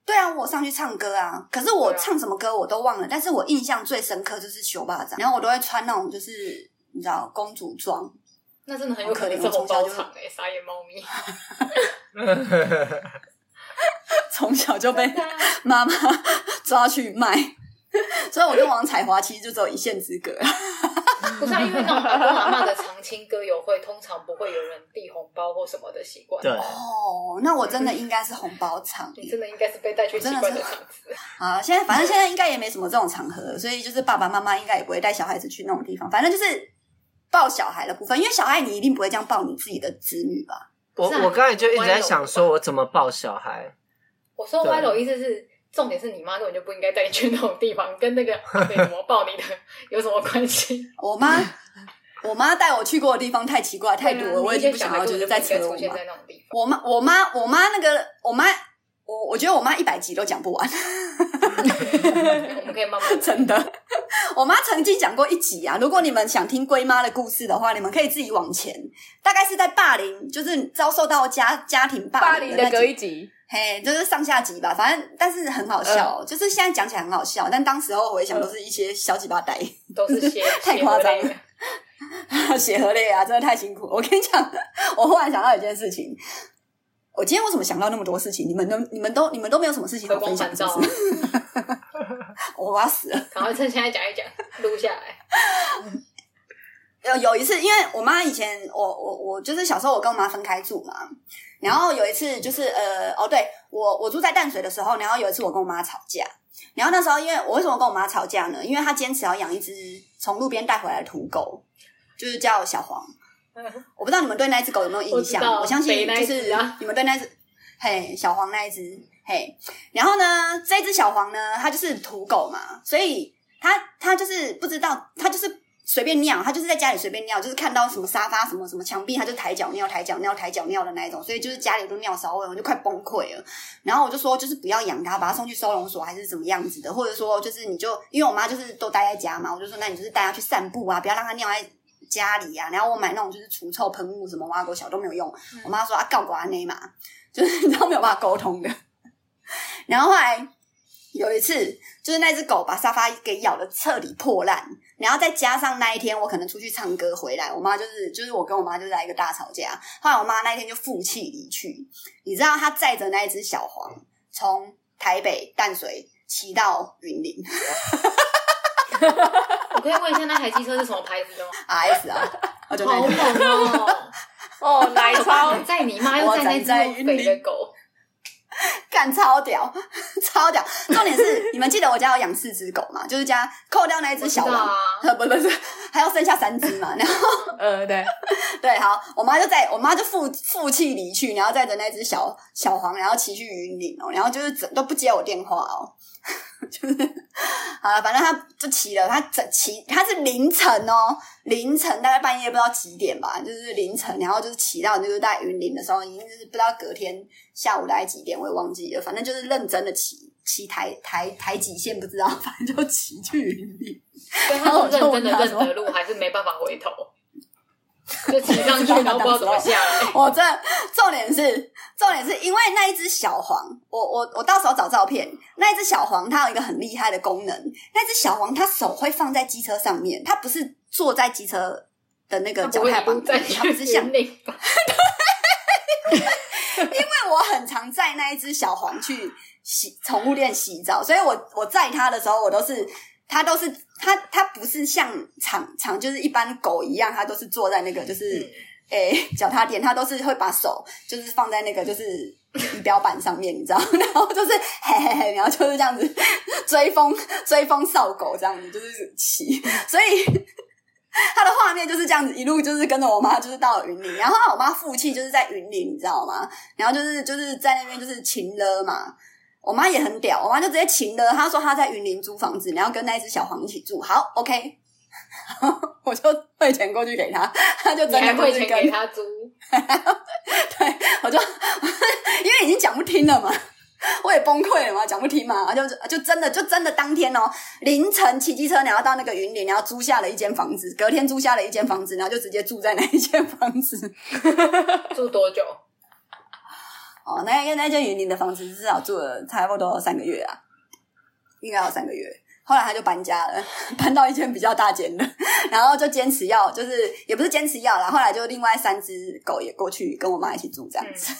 Speaker 2: 对啊，我上去唱歌啊，可是我
Speaker 4: 对啊
Speaker 2: 唱什么歌我都忘了，但是我印象最深刻就是修巴掌，然后我都会穿那种就是你知道公主装，
Speaker 4: 那真的很有可能是红包场哎、傻眼猫咪。
Speaker 2: 从小就被
Speaker 4: 对啊
Speaker 2: 妈妈抓去卖，所以我跟王彩华其实就只有一线之隔。
Speaker 4: 不是、啊、因为那种阿公阿妈的长青歌友会，通常不会有人递红包或什么的习惯。
Speaker 3: 对，
Speaker 2: 哦，那我真的应该是红包场
Speaker 4: 你真的应该是被带去奇怪的场子。
Speaker 2: 啊！现在反正现在应该也没什么这种场合，所以就是爸爸妈妈应该也不会带小孩子去那种地方。反正就是抱小孩的部分，因为小孩你一定不会这样抱你自己的子女吧？
Speaker 3: 我
Speaker 4: 不是啊
Speaker 3: 我刚才就一直在想，说我怎么抱小孩，
Speaker 4: 我说歪楼意思是，重点是你妈根本就不应该带你去那种地方，跟那个阿北怎么抱你的 有什么关系？
Speaker 2: 我妈，我妈带我去过的地方太奇怪太多
Speaker 4: 啊嗯
Speaker 2: 了，我已经不想要就是再扯
Speaker 4: 出
Speaker 2: 我
Speaker 4: 现
Speaker 2: 妈。
Speaker 4: 在那种地方。
Speaker 2: 我妈，我妈，我妈那个，我妈，我我觉得我妈一百集都讲不完，
Speaker 4: 我们可以慢慢
Speaker 2: 真的。我妈曾经讲过一集啊，如果你们想听龟妈的故事的话，你们可以自己往前，大概是在霸凌，就是遭受到家家庭霸
Speaker 1: 霸
Speaker 2: 凌
Speaker 1: 凌的
Speaker 2: 的那
Speaker 1: 隔
Speaker 2: 集
Speaker 1: 一集，
Speaker 2: 嘿，就是上下集吧，反正但是很好笑，就是现在讲起来很好笑，但当时候回想都是一些小鸡巴呆。
Speaker 4: 都是些
Speaker 2: 太夸张了。
Speaker 4: 邪恶类的
Speaker 2: 血和泪啊，真的太辛苦了。我跟你讲， 我忽然想到一件事情，我今天为什么想到那么多事情？你们都、你们都、你们都没有什么事情
Speaker 4: 回
Speaker 2: 好
Speaker 4: 光
Speaker 2: 分
Speaker 4: 返
Speaker 2: 享，
Speaker 4: 照
Speaker 2: 是
Speaker 4: 啊
Speaker 2: 不是？ 我要死了。
Speaker 4: 赶快趁现在讲一讲，录下来。
Speaker 2: 有呃有一次，因为我妈以前，我我我就是小时候我跟我妈分开住嘛，然后有一次就是呃哦对我我住在淡水的时候，然后有一次我跟我妈吵架，然后那时候因为我为什么跟我妈吵架呢？因为她坚持要养一只从路边带回来的土狗，就是叫小黄。 我不知道你们对那只狗有没有印象？
Speaker 4: 嗯我知道
Speaker 2: 我相
Speaker 4: 北
Speaker 2: 信
Speaker 4: 那
Speaker 2: 就
Speaker 4: 一只
Speaker 2: 是
Speaker 4: 啊
Speaker 2: 你们对那只嘿小黄那一只嘿，然后呢这只小黄呢它就是土狗嘛，所以它它就是不知道它就是。随便尿，它就是在家里随便尿，就是看到什么沙发、什么什么墙壁，它就抬脚尿、抬脚尿、抬脚尿的那一种，所以就是家里都尿骚味，我就快崩溃了。然后我就说，就是不要养它，把它送去收容所还是怎么样子的，或者说就是你就因为我妈就是都待在家嘛，我就说那你就是带它去散步啊，不要让它尿在家里啊。然后我买那种就是除臭喷雾什么挖狗小都没有用，我妈说啊告寡内嘛，就是你知道没有办法沟通的。 然后后来有一次，就是那只狗把沙发给咬的彻底破烂，然后再加上那一天我可能出去唱歌回来，我妈就是就是我跟我妈就来一个大吵架，后来我妈那一天就负气离去。你知道她载着那一只小黄从台北淡水骑到云林
Speaker 4: 我可以问一下那台机车是什么牌子的吗？
Speaker 2: RS 啊，我就那
Speaker 4: 好
Speaker 2: 一
Speaker 4: 猛
Speaker 2: 只
Speaker 4: 哦！
Speaker 1: 哦，奶超
Speaker 4: 超载你妈，又载那只那么肥的狗，
Speaker 2: 干超屌， 超屌！重点是你们记得我家有养四只狗嘛，就是家扣掉那一只小
Speaker 4: 我知道
Speaker 2: 黄
Speaker 4: 啊。
Speaker 2: 呃，不不不，还要剩下三只嘛，然后。
Speaker 1: 呃，对，
Speaker 2: 对，好，我妈就在我妈就负负气离去，然后载着那只小小黄，然后骑去云林哦，然后就是整都不接我电话哦， 就是好了，反正她就骑了，她整骑她是凌晨哦，凌晨大概半夜不知道几点吧，就是凌晨，然后就是骑到就是在云林的时候，已经就是不知道隔天下午大概几点，我也忘记了，反正就是认真的骑骑台台台几线不知道， 反正就骑去云林。
Speaker 4: 对，啊他 是认真的认得路，还是没办法回头，就骑上 去，然后不知道怎么下来。
Speaker 2: 我这重点是重点是因为那一只小黄，我我我到时候找照片。那一只小黄它有一个很厉害的功能，那只小黄它手会放在机车上面，它不是坐在机车的那个
Speaker 4: 他不
Speaker 2: 脚
Speaker 4: 会
Speaker 2: 踏
Speaker 4: 一路
Speaker 2: 板
Speaker 4: 载
Speaker 2: 上面，它
Speaker 4: 去
Speaker 2: 不是像
Speaker 4: 云林吧？
Speaker 2: 因为我很常载那一只小黄去洗宠物店洗澡，所以我我载它的时候，我都是它都是它它不是像场场就是一般狗一样，它都是坐在那个就是诶、脚踏垫，它都是会把手就是放在那个就是仪表板上面，你知道， 然后就是嘿嘿嘿，然后就是这样子 追风追风扫狗这样子，就是骑，所以。 它的画面就是这样子，一路就是跟着我妈，就是到了云林。然后我妈负气就是在云林，你知道吗？然后就是就是在那边就是勤了嘛。我妈也很屌，我妈就直接勤了，她说她在云林租房子，然后跟那一只小黄一起住。好，OK，我就汇钱过去给她，她就真
Speaker 4: 你还
Speaker 2: 的
Speaker 4: 汇
Speaker 2: 就是
Speaker 4: 钱
Speaker 2: 跟，
Speaker 4: 给他租？
Speaker 2: 我就因为已经讲不听了嘛。我也崩溃了嘛，讲不听嘛，就就真的就真的当天哦，凌晨骑机车，然后到那个云林，然后租下了一间房子，隔天租下了一间房子，然后就直接住在那一间房子。
Speaker 4: 住多久？
Speaker 2: 哦，那那那间云林的房子至少住了差不多三个月啊，应该有三个月。后来他就搬家了，搬到一间比较大间的，然后就坚持要，就是也不是坚持要啦，后来就另外三只狗也过去跟我妈一起住这样
Speaker 4: 嗯，
Speaker 2: 子。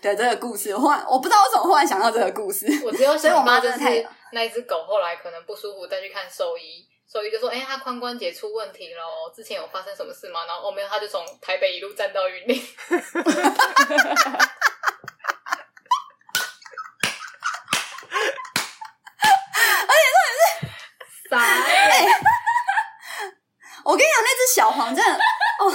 Speaker 2: 对这个故事，我忽然我不知道为什么忽然想到这个故事，
Speaker 4: 我只有
Speaker 2: 所以我
Speaker 4: 想
Speaker 2: 妈
Speaker 4: 到就
Speaker 2: 真的
Speaker 4: 是
Speaker 2: 太
Speaker 4: 那一只狗后来可能不舒服，再去看兽医，兽医就说：“哎、他髋关节出问题喽，之前有发生什么事吗？”然后哦没有，他就从台北一路站到云林。 而且重
Speaker 2: 哎
Speaker 4: 点是，
Speaker 2: 我跟你讲，那只小黄真的哦，那只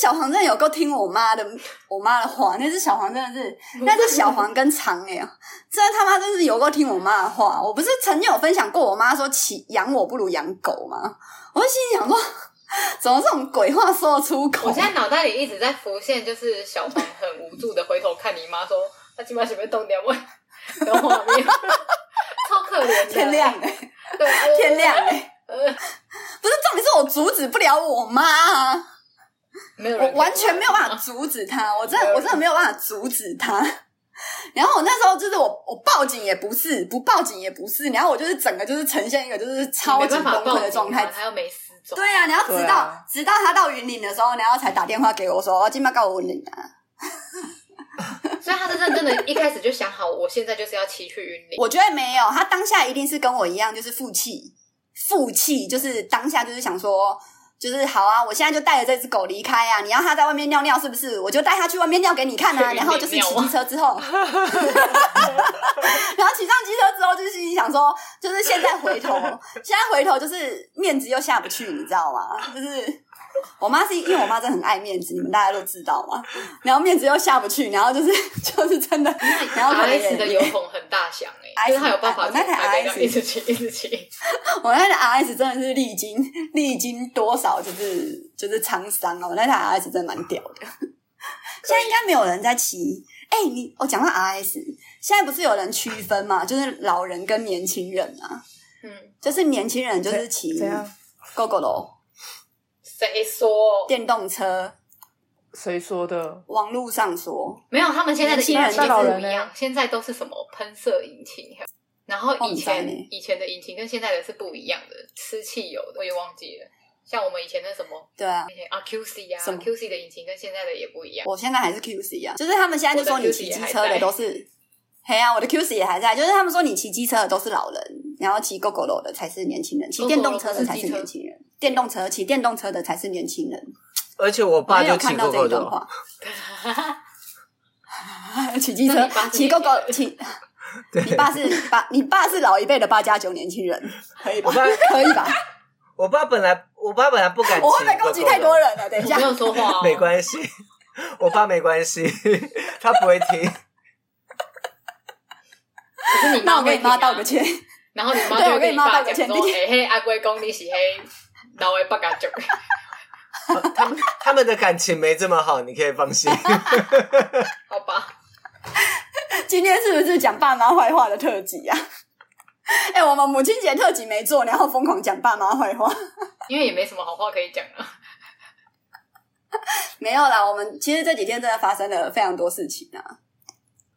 Speaker 2: 小黄真的有够听我妈的，我妈的话。那只小黄真的是，那只小黄跟长哎、呀，真的他妈真是有够听我妈的话。我不是曾经有分享过我妈说起养我不如养狗吗？我就心里想说，怎么这种鬼话说得出口？
Speaker 4: 我现在脑袋里一直在浮现，就是小黄很无助的回头看你妈说：“他今晚准备动点问的画 面，超可怜的。”
Speaker 2: 天亮哎、
Speaker 4: 对，呃
Speaker 2: 天亮哎、不是重点是我阻止不了我妈啊，
Speaker 4: 没有人
Speaker 2: 我
Speaker 4: 可以啊
Speaker 2: 完全没有办法
Speaker 4: 帮
Speaker 2: 阻止 他，我真的我真的没有办法阻止他。 然后我那时候就是我我报警也不是，不报警也不是，然后我就是整个就是呈现一个就是超
Speaker 4: 忙，
Speaker 2: 级
Speaker 4: 你没
Speaker 2: 崩
Speaker 4: 办法报
Speaker 2: 溃
Speaker 4: 警
Speaker 2: 的
Speaker 4: 啊
Speaker 2: 状态。
Speaker 4: 他又没失踪。
Speaker 2: 对啊，然后直
Speaker 3: 对
Speaker 2: 到、
Speaker 3: 啊
Speaker 2: 直到他到云林的时候，然后才打电话给我说：“我今麦告我云林啊。
Speaker 4: 所以他是认真的，一开始就想好，我现在就是要骑去云”林。
Speaker 2: 我觉得没有，他当下一定是跟我一样，就是负气，负气就是当下就是想说，就是好啊，我现在就带着这只狗离开啊，你要它在外面尿尿是不是？我就带它去外面尿给你看啊，
Speaker 4: 去云林
Speaker 2: 然后就是骑
Speaker 4: 尿啊
Speaker 2: 机车之后， 然后骑上机车之后，就是心里想说，就是现在回 头，现在回头就是面子又下不去，你知道吗？就是我妈是因为我妈真的很爱面子，你们大家都知道嘛。然后面子又下不去，然后就是就是真的，然后可
Speaker 4: R
Speaker 2: 能
Speaker 4: S
Speaker 2: 也
Speaker 4: 的油桶很大响哎、
Speaker 2: RS
Speaker 4: 就是他有办法
Speaker 2: 我
Speaker 4: 从
Speaker 2: 那台
Speaker 4: 台北
Speaker 2: RS
Speaker 4: 到一直骑一直骑。
Speaker 2: 我那台 RS 真的是历经历经多少就是就是沧桑哦，我那台 RS 真的蛮屌的。现在应该没有人在骑。哎、你我讲到 RS，现在不是有人区分嘛，就是老人跟年轻人啊，
Speaker 4: 嗯，
Speaker 2: 就是年轻人就是骑
Speaker 1: 怎样
Speaker 2: g o g o 楼
Speaker 4: 谁说
Speaker 2: 电动车，
Speaker 1: 谁说的？
Speaker 2: 网络上说
Speaker 4: 没有？他们现在的引
Speaker 2: 年
Speaker 4: 擎
Speaker 2: 轻人
Speaker 4: 都
Speaker 1: 大
Speaker 4: 不
Speaker 1: 老
Speaker 4: 一
Speaker 1: 人
Speaker 4: 样
Speaker 1: 呢，
Speaker 4: 现在都是什么喷射引擎，然后以
Speaker 2: 旺
Speaker 4: 前
Speaker 2: 仔呢
Speaker 4: 以前的引擎跟现在的是不一样的，吃汽油的我也忘记了。像我们以前的什么
Speaker 2: 对啊。
Speaker 4: 啊 QC 啊
Speaker 2: 什么
Speaker 4: QC 的引擎跟现在的也不一样。
Speaker 2: 我现在还是 QC 啊，就是他们现在就说
Speaker 4: 我的
Speaker 2: 你
Speaker 4: QC
Speaker 2: 骑机车
Speaker 4: 也还
Speaker 2: 的
Speaker 4: 在
Speaker 2: 都是，嘿啊，我的 QC 也还在，就是他们说你骑机车的都是老人，然后骑 GoGo 楼的才是年轻人，骑
Speaker 4: Gogoro
Speaker 2: 电动车的
Speaker 4: 不是
Speaker 2: 才是
Speaker 4: 机车
Speaker 2: 年轻人，电动车骑电动车的才是年轻人。
Speaker 3: 而且我
Speaker 2: 我
Speaker 3: 爸
Speaker 2: 也
Speaker 3: 就
Speaker 2: 有
Speaker 3: 骑
Speaker 2: 看
Speaker 3: 过
Speaker 2: 到这
Speaker 3: 狗
Speaker 2: 一段
Speaker 3: 的，
Speaker 2: 话。骑机车
Speaker 4: 那你爸，是
Speaker 2: 骑 GoGo，
Speaker 4: 年
Speaker 2: 骑
Speaker 3: 对，
Speaker 2: 你 爸是八，你爸是老一辈的八加九年轻人，可以吧？
Speaker 3: 我爸
Speaker 2: 可以吧？
Speaker 3: 我爸本来我爸本来不敢骑狗
Speaker 2: 我
Speaker 3: 狗
Speaker 2: 会
Speaker 3: 的，
Speaker 2: 不会攻击太多人了？等一
Speaker 4: 我
Speaker 2: 下
Speaker 4: 没，有说话、哦，
Speaker 3: 没关系，我爸没关系， 他不会听。
Speaker 4: 可是你
Speaker 2: 那我
Speaker 4: 会
Speaker 2: 跟你妈
Speaker 4: 听啊
Speaker 2: 道个歉。
Speaker 4: 然后你妈
Speaker 2: 对
Speaker 4: 就
Speaker 2: 我
Speaker 4: 会
Speaker 2: 跟你
Speaker 4: 你
Speaker 2: 妈
Speaker 4: 爸
Speaker 2: 道个
Speaker 4: 讲
Speaker 2: 歉
Speaker 4: 说：“
Speaker 2: 毕竟
Speaker 4: 哎、嘿，阿龟公你是嘿老的八嘎九。
Speaker 3: 他们他们的感情没这么好，你可以放心。”
Speaker 4: 好吧，
Speaker 2: 今天是不是讲爸妈坏话的特辑啊？ 哎、我们母亲节特辑没做，然后疯狂讲爸妈坏话。
Speaker 4: 因为也没什么好话可以讲啊了。
Speaker 2: 没有啦，我们其实这几天真的发生了非常多事情啊，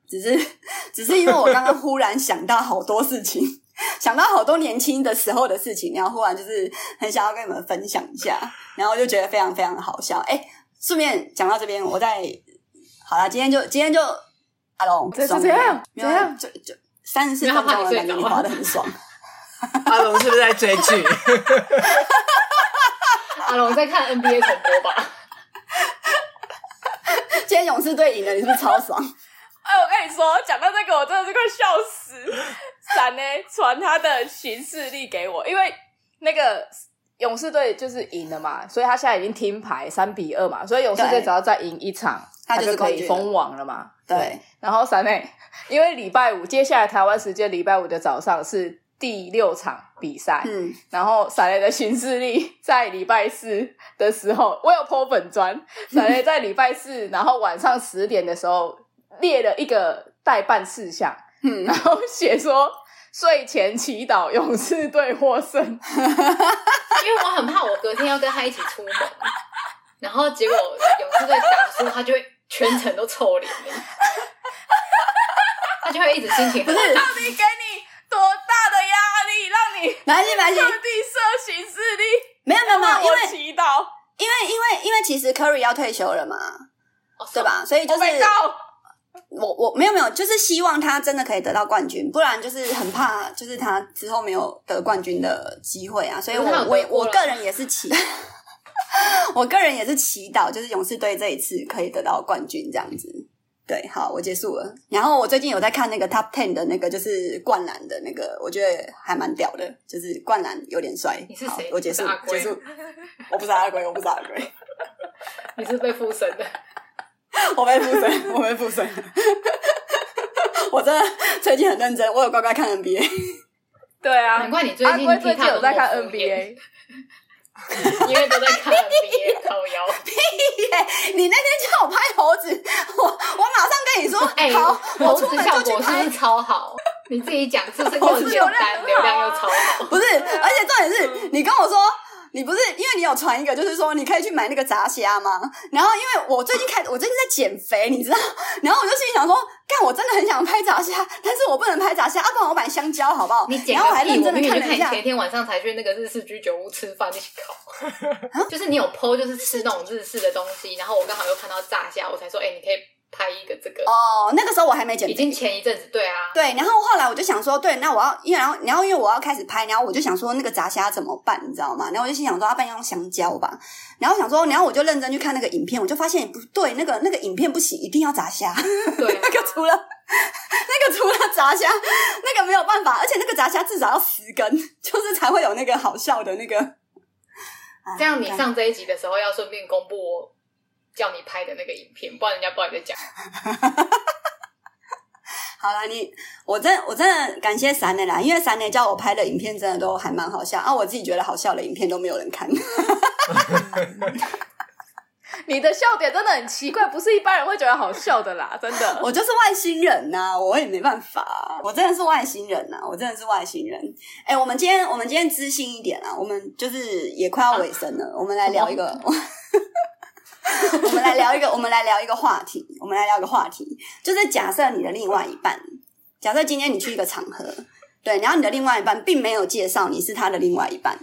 Speaker 2: 只是 只是因为我刚刚忽然想到好多事情， 想到好多年轻的时候的事情，然后忽然就是很想要跟你们分享一下，然后就觉得非常非常好笑。哎、顺便讲到这边，我在好啦，今天就今天就阿龙，
Speaker 1: 这
Speaker 2: 爽
Speaker 1: 这
Speaker 2: 了
Speaker 1: 怎样
Speaker 2: 没有
Speaker 1: 怎样
Speaker 2: 就就三十四
Speaker 4: 没
Speaker 2: 分
Speaker 4: 有他
Speaker 2: 钟
Speaker 4: 怕
Speaker 2: 了，
Speaker 4: 你
Speaker 2: 感觉
Speaker 4: 睡
Speaker 2: 你
Speaker 4: 着
Speaker 2: 滑的很爽。
Speaker 3: 阿龙是不是在追剧？
Speaker 4: 阿龙在看 NBA 重播吧，
Speaker 2: 今天勇士队赢了，你是不是超 爽？
Speaker 1: 哎，我跟你说，讲到这个，我真的是快笑死。闪呢传他的行事历给我，因为那个勇士队就是赢了嘛，所以他现在已经听牌三比二嘛，所以勇士队
Speaker 2: 对
Speaker 1: 只要再赢一场，
Speaker 2: 他
Speaker 1: 他
Speaker 2: 就是
Speaker 1: 可
Speaker 2: 冠
Speaker 1: 以
Speaker 2: 军
Speaker 1: 封王了嘛。
Speaker 2: 对，
Speaker 1: 然后闪呢，因为礼拜五，接下来台湾时间礼拜五的早上是第六场比赛，
Speaker 2: 嗯，
Speaker 1: 然后闪雷的行事历在礼拜四的时候，我有 po 粉砖，闪雷在礼拜四，然后晚上十点的时候列了一个代办事项，
Speaker 2: 嗯
Speaker 1: 然后写说睡前祈祷勇士队获胜，
Speaker 4: 因为我很怕我隔天要跟他一起出门，然后结果勇士队打输，他就会全程都臭脸， 他就会一直心情很
Speaker 1: 到底给你多大的压力，让你
Speaker 2: 没关系，没关系，
Speaker 1: 特地设行事历
Speaker 2: 没有没有没
Speaker 1: 让
Speaker 2: 有，因
Speaker 1: 我
Speaker 2: 为
Speaker 1: 祈祷？
Speaker 2: 因为因为因为其实 Curry 要退休了嘛，
Speaker 4: 哦，是
Speaker 2: 对
Speaker 4: 吗？
Speaker 2: 吧？所以就
Speaker 1: 我
Speaker 2: 是
Speaker 1: 没告，
Speaker 2: 我我没有没有，就是希望他真的可以得到冠军，不然就是很怕，就是他之后没有得冠军的机会啊。所以我
Speaker 4: 可是他有
Speaker 2: 我
Speaker 4: 得过
Speaker 2: 我
Speaker 4: 了
Speaker 2: 个人也是祈， 我个人也是祈祷，就是勇士队这一次可以得到冠军这样子。对，好，我结束了。然后我最近有在看那个 Top Ten 的那个，就是灌篮的那个，我觉得还蛮屌的，就是灌篮有点帅。
Speaker 4: 你是
Speaker 2: 好
Speaker 4: 谁
Speaker 2: 我结束
Speaker 4: 你是阿，
Speaker 2: 结
Speaker 4: 圭
Speaker 2: 束。我不是阿龟，我不是阿龟。
Speaker 4: 你是被附身的，
Speaker 2: 我被附身，我被附身。 我真的最近很认真，我有乖乖看 NBA。
Speaker 1: 对啊
Speaker 4: 难，怪你最
Speaker 1: 阿
Speaker 4: 近
Speaker 1: 龟最近
Speaker 4: 听他
Speaker 1: 有
Speaker 4: 们
Speaker 1: 在看
Speaker 4: 那么敷衍
Speaker 1: NBA，
Speaker 4: 因为都在看 NBA 靠腰。
Speaker 2: 你那天叫我拍猴子，我我马上跟你说，
Speaker 4: 哎、
Speaker 2: 好，
Speaker 4: 猴
Speaker 2: 我出
Speaker 4: 子
Speaker 2: 门
Speaker 4: 效
Speaker 2: 就去
Speaker 4: 果是不
Speaker 2: 拍
Speaker 4: 是。超好？你自己讲， 是不是又简单，流量又
Speaker 2: 啊
Speaker 4: 超好？
Speaker 2: 不是，而且重点是你跟我说。你不是因为你有传一个，就是说你可以去买那个炸虾吗？然后因为我最近开，我最近在减肥，你知道，然后我就心里想说，干，我真的很想拍炸虾，但是我不能拍炸虾，啊，不然我买香蕉好不好？
Speaker 4: 你剪
Speaker 2: 然后我还
Speaker 4: 个屁！
Speaker 2: 认
Speaker 4: 我
Speaker 2: 真的
Speaker 4: 明明
Speaker 2: 看
Speaker 4: 就
Speaker 2: 了
Speaker 4: 看
Speaker 2: 一
Speaker 4: 你
Speaker 2: 下，
Speaker 4: 前天晚上才去那个日式居酒屋吃饭一起烤， 就是你有 PO 就是吃那种日式的东西，然后我刚好又看到炸虾，我才说，哎、你可以拍一个这个。
Speaker 2: 哦，那个时候我还没减
Speaker 4: 已
Speaker 2: 肥，
Speaker 4: 经前一阵子，对啊，
Speaker 2: 对，然后后来我就想说，对，那我要，因为然后然后因为我要开始拍，然后我就想说那个炸虾怎么办，你知道吗？然后我就心想说，要不然用香蕉吧。然后想说，然后我就认真去看那个影片，我就发现不对，那个那个影片不行，一定要炸虾。
Speaker 4: 对啊，
Speaker 2: 那个除了 那个除了炸虾，那个没有办法，而且那个炸虾至少要十根，就是才会有那个好笑的那个。啊
Speaker 4: 这样你上这一集的时候要顺便公布我叫你拍的那个影片，不然人家不知道你在讲。
Speaker 2: 好啦，你我真我真的感谢三内啦，因为三内叫我拍的影片真的都还蛮好笑啊，我自己觉得好笑的影片都没有人看。
Speaker 1: 你的笑点真的很奇怪，不是一般人会觉得好笑的啦，真的。
Speaker 2: 我就是外星人呐、我也没办法、我真的是外星人呐、我真的是外星人。哎、我们今天我们今天知性一点啊，我们就是也快要尾声了，我们来聊一个， 我们来聊一个，我们来聊一个话题，我们来聊一个话题，就是假设你的另外一半，假设今天你去一个场合，对，然后你的另外一半并没有介绍你是他的另外一半，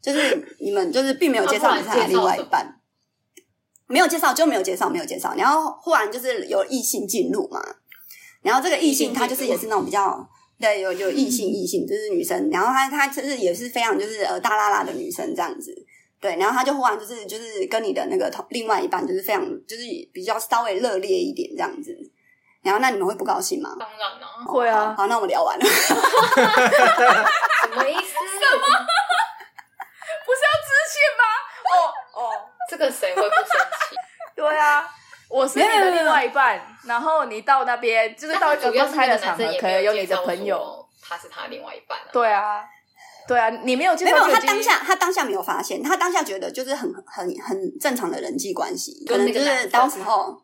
Speaker 2: 就是你们就是并没有介绍你是他的另外一半。没有介绍就没有介绍，没有介绍。然后忽然就是有异性进入嘛，然后这个异性他就是也是那种比较对有有异性异性就是女生，然后她她就是也是非常就是呃大拉拉的女生这样子，对，然后她就忽然就是就是跟你的那个同另外一半就是非常就是比较稍微热烈一点这样子，然后那你们会不高兴吗？
Speaker 4: 当然啦、
Speaker 1: 会啊，
Speaker 2: 好，那我们聊完了。
Speaker 4: 什么意思？什么？
Speaker 1: 不是要知性吗？哦哦，
Speaker 4: 这个谁会不生气？
Speaker 1: 对啊，我是你
Speaker 2: 没有没
Speaker 1: 的
Speaker 2: 有
Speaker 1: 另外一半，然后你到那边就是到一个
Speaker 4: 主要
Speaker 1: 公
Speaker 4: 是
Speaker 1: 开
Speaker 4: 那个
Speaker 1: 的场合
Speaker 4: 男生，也
Speaker 1: 可
Speaker 4: 没
Speaker 1: 能有
Speaker 4: 介
Speaker 1: 你的
Speaker 4: 绍
Speaker 1: 朋友。
Speaker 4: 说他是他另外一半啊。
Speaker 1: 对啊，对啊，你没有介
Speaker 2: 没
Speaker 1: 绍
Speaker 2: 有，
Speaker 1: 就已
Speaker 2: 他
Speaker 1: 经
Speaker 2: 当下他当下没有发现，他当下觉得就是很很很正常的人际关系，可
Speaker 4: 跟
Speaker 2: 能
Speaker 4: 那
Speaker 2: 就
Speaker 4: 个男
Speaker 2: 是
Speaker 4: 生
Speaker 2: 到时候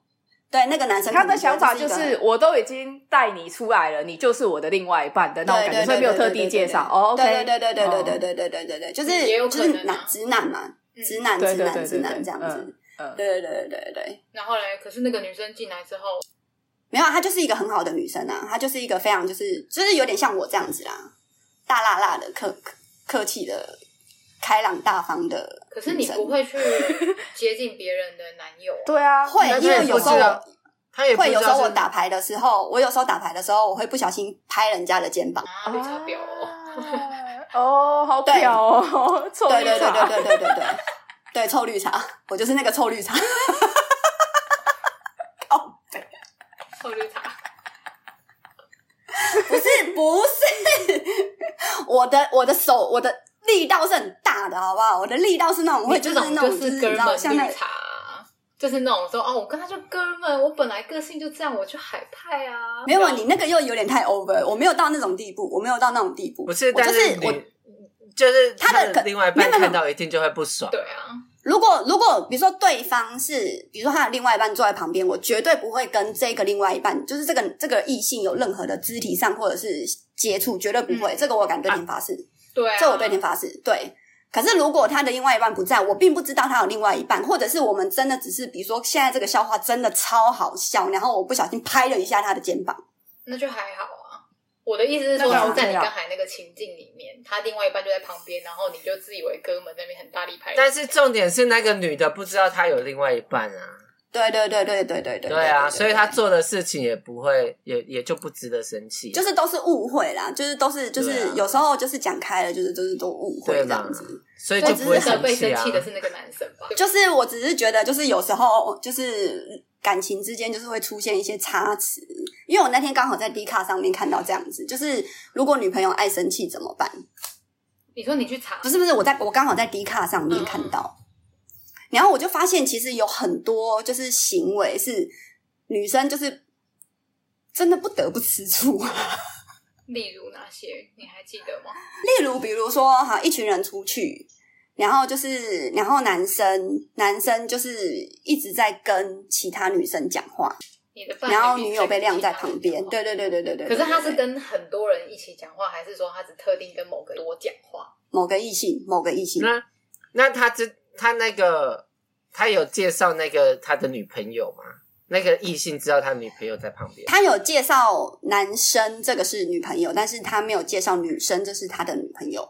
Speaker 2: 对那个男生
Speaker 1: 他
Speaker 2: 可
Speaker 1: 的
Speaker 2: 能觉得
Speaker 1: 想法
Speaker 2: 这
Speaker 1: 就
Speaker 2: 一个
Speaker 1: 是，我都已经带你出来了，你就是我的另外一半的那种感觉，
Speaker 2: 对
Speaker 1: 所
Speaker 2: 对对
Speaker 1: 以没有特地介绍。哦，OK，哦
Speaker 2: 对对对对对
Speaker 1: 对，
Speaker 2: 对对对对对对，就是
Speaker 4: 也有
Speaker 2: 就
Speaker 4: 可
Speaker 2: 是
Speaker 4: 能啊
Speaker 2: 男直男嘛，
Speaker 4: 嗯
Speaker 2: 直男
Speaker 1: 对
Speaker 2: 直
Speaker 1: 对对
Speaker 2: 男
Speaker 1: 对
Speaker 2: 直男
Speaker 1: 对
Speaker 2: 这样子
Speaker 1: 嗯，嗯
Speaker 2: 对对对对对对，
Speaker 4: 然后嘞，可是那个女生进来之后，
Speaker 2: 没有啊，她就是一个很好的女生啊，她就是一个非常就是就是有点像我这样子啦，大辣辣的客客客气的。开朗大方的
Speaker 4: 可是
Speaker 2: 女
Speaker 4: 你
Speaker 2: 生，
Speaker 4: 不会去接近别人的男友啊，
Speaker 1: 对啊，
Speaker 2: 会
Speaker 3: 但，
Speaker 2: 哎因
Speaker 3: 他也
Speaker 2: 为有
Speaker 3: 不
Speaker 2: 时候
Speaker 3: 知道
Speaker 2: 我，
Speaker 3: 他也不
Speaker 2: 会
Speaker 3: 知
Speaker 2: 有
Speaker 3: 道
Speaker 2: 时候我
Speaker 3: 是
Speaker 2: 打牌的时候，我有时候打牌的时候，我会不小心拍人家的肩膀。
Speaker 4: 啊，绿茶婊 哦。
Speaker 1: 啊哦，好屌 哦，臭
Speaker 2: 对
Speaker 1: 绿
Speaker 2: 对对对
Speaker 1: 茶，
Speaker 2: 对 对对对，对臭绿茶，我就是那个臭绿茶。哦，
Speaker 4: 臭哦绿茶，
Speaker 2: 不是不是，我的我的手我的力道是很大的，好不好？我的力道是那种会
Speaker 4: 你这
Speaker 2: 是
Speaker 4: 种
Speaker 2: 那种
Speaker 4: 就是
Speaker 2: 你
Speaker 4: 哥
Speaker 2: 知道
Speaker 4: 们
Speaker 2: 像那
Speaker 4: 绿茶啊，就是那种说哦，我跟他就哥们，我本来个性就这样，我去海派啊。
Speaker 2: 没有你那个又有点太 over，我没有到那种地步，我没有到那种地步。
Speaker 3: 不是，
Speaker 2: 我
Speaker 3: 但
Speaker 2: 就是
Speaker 3: 你
Speaker 2: 我
Speaker 3: 就是
Speaker 2: 他的可
Speaker 3: 另外一
Speaker 2: 没有
Speaker 3: 半
Speaker 2: 没有
Speaker 3: 看到一定就会不爽。
Speaker 4: 对啊，
Speaker 2: 如果如果比如说对方是，比如说他的另外一半坐在旁边，我绝对不会跟这个另外一半，就是这个这个异性有任何的肢体上或者是接触，绝对不会。
Speaker 4: 嗯
Speaker 2: 这个我敢对天发誓，
Speaker 4: 对啊，
Speaker 2: 这我对天发誓。对，可是如果他的另外一半不在，我并不知道他有另外一半，或者是我们真的只是，比如说现在这个笑话真的超好笑，然后我不小心拍了一下他的肩膀，
Speaker 4: 那就还好啊。我的意思是说，
Speaker 1: 那当然
Speaker 4: 是在你
Speaker 1: 对啊
Speaker 4: 刚才那个情境里面，他另外一半就在旁边，然后你就自以为哥们在那边很大力拍，
Speaker 3: 但是重点是那个女的不知道她有另外一半啊，
Speaker 2: 对对对对对对对
Speaker 3: 对啊，
Speaker 2: 对对
Speaker 3: 所以他做的事情也不会，也也就不值得生气。啊
Speaker 2: 就是都是误会啦，就是都是就
Speaker 3: 对
Speaker 2: 是
Speaker 3: 啊
Speaker 2: 有时候就是讲开了，就是就是都误会
Speaker 3: 对
Speaker 2: 这
Speaker 3: 嘛
Speaker 2: 样子。
Speaker 3: 所以
Speaker 4: 所
Speaker 3: 就
Speaker 4: 以
Speaker 3: 不会
Speaker 4: 只是被
Speaker 3: 气
Speaker 4: 生
Speaker 3: 啊。
Speaker 4: 气的是那个男生吧？
Speaker 2: 就是我只是觉得，就是有时候就是感情之间就是会出现一些差池，因为我那天刚好在 D 卡上面看到这样子，就是如果女朋友爱生气怎么办？
Speaker 4: 你说你去查
Speaker 2: 不，是不是，我在我刚好在 D 卡上
Speaker 4: 嗯
Speaker 2: 面看到，然后我就发现其实有很多就是行为是女生就是真的不得不吃醋。
Speaker 4: 例如哪些你还记得吗？
Speaker 2: 例如，比如说，哈，一群人出去，然后就是，然后男生男生就是一直在跟其他女生讲话，
Speaker 4: 你的伴侣
Speaker 2: 然后
Speaker 4: 一直
Speaker 2: 女友被晾在
Speaker 4: 跟其他
Speaker 2: 旁
Speaker 4: 人
Speaker 2: 边
Speaker 4: 讲。话
Speaker 2: 对对对对对对。
Speaker 4: 可是他
Speaker 2: 对对对
Speaker 4: 是跟很多人一起讲话，还是说他只特定跟某个多讲话？
Speaker 2: 某个异性，某个异性，
Speaker 3: 那那他知他那个他有介绍那个他的女朋友吗？那个异性知道他女朋友在旁边，
Speaker 2: 他有介绍男生这个是女朋友，但是他没有介绍女生这是他的女朋友。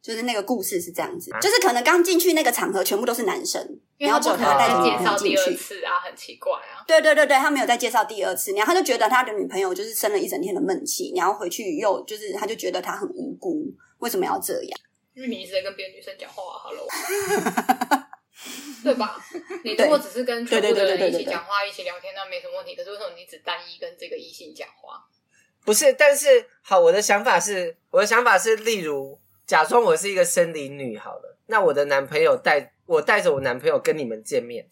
Speaker 2: 就是那个故事是这样子，就是可能刚进去那个场合全部都是男生，
Speaker 4: 因
Speaker 2: 然
Speaker 4: 为
Speaker 2: 后
Speaker 4: 他不
Speaker 2: 只
Speaker 4: 可
Speaker 2: 有他
Speaker 4: 能
Speaker 2: 带着
Speaker 4: 再
Speaker 2: 女
Speaker 4: 介
Speaker 2: 朋
Speaker 4: 绍
Speaker 2: 友
Speaker 4: 第
Speaker 2: 进
Speaker 4: 二
Speaker 2: 去。
Speaker 4: 次啊，很奇怪啊。
Speaker 2: 对对对对，他没有再介绍第二次，然后他就觉得他的女朋友就是生了一整天的闷气，然后回去又就是他就觉得他很无辜，为什么要这样？
Speaker 4: 因为你一直在跟别的女生讲话啊，Hello，对吧？你如果只是跟全部的人一起讲话、一起聊天，那没什么问题。可是为什么你只单一跟这个异性讲话？
Speaker 3: 不是？但是好，我的想法是，我的想法是，例如假装我是一个生理女好了，那我的男朋友带我带着我男朋友跟你们见面，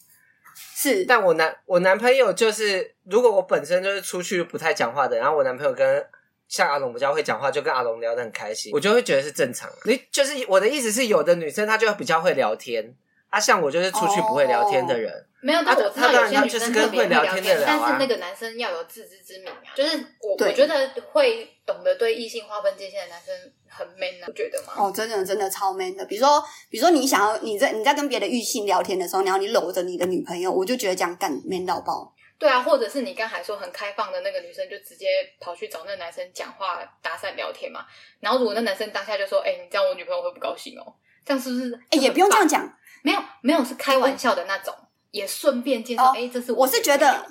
Speaker 2: 是
Speaker 3: 但我男我男朋友就是，如果我本身就是出去不太讲话的，然后我男朋友跟像阿龙比较会讲话，就跟阿龙聊得很开心，我就会觉得是正常、你就是我的意思是，有的女生她就比较会聊天，啊，像我就是出去不会聊天的人，
Speaker 4: 没有，但我知道有些女生特别会聊
Speaker 3: 他当然就是跟会聊天
Speaker 4: 天，
Speaker 3: 的人啊
Speaker 4: 但是那个男生要有自知之明啊。就是我
Speaker 2: 对
Speaker 4: 我觉得会懂得对异性划分界限的男生很 man 啊，不觉得吗？
Speaker 2: 哦，真的真的超 man 的。比如说，比如说你想要你在你在跟别的异性聊天的时候，然后你搂着你的女朋友，我就觉得这样干 man 到爆。
Speaker 4: 对啊，或者是你刚才说很开放的那个女生，就直接跑去找那个男生讲话、搭讪、聊天嘛。然后如果那男生当下就说：“哎、你这样我女朋友会不高兴哦。”这样是不是？
Speaker 2: 哎、也不用这样
Speaker 4: 讲，
Speaker 2: 讲，
Speaker 4: 没有没有是开玩笑的那种，也顺便介绍。
Speaker 2: 哦
Speaker 4: 哎、这是
Speaker 2: 我
Speaker 4: 女朋
Speaker 2: 是
Speaker 4: 友
Speaker 2: 觉得，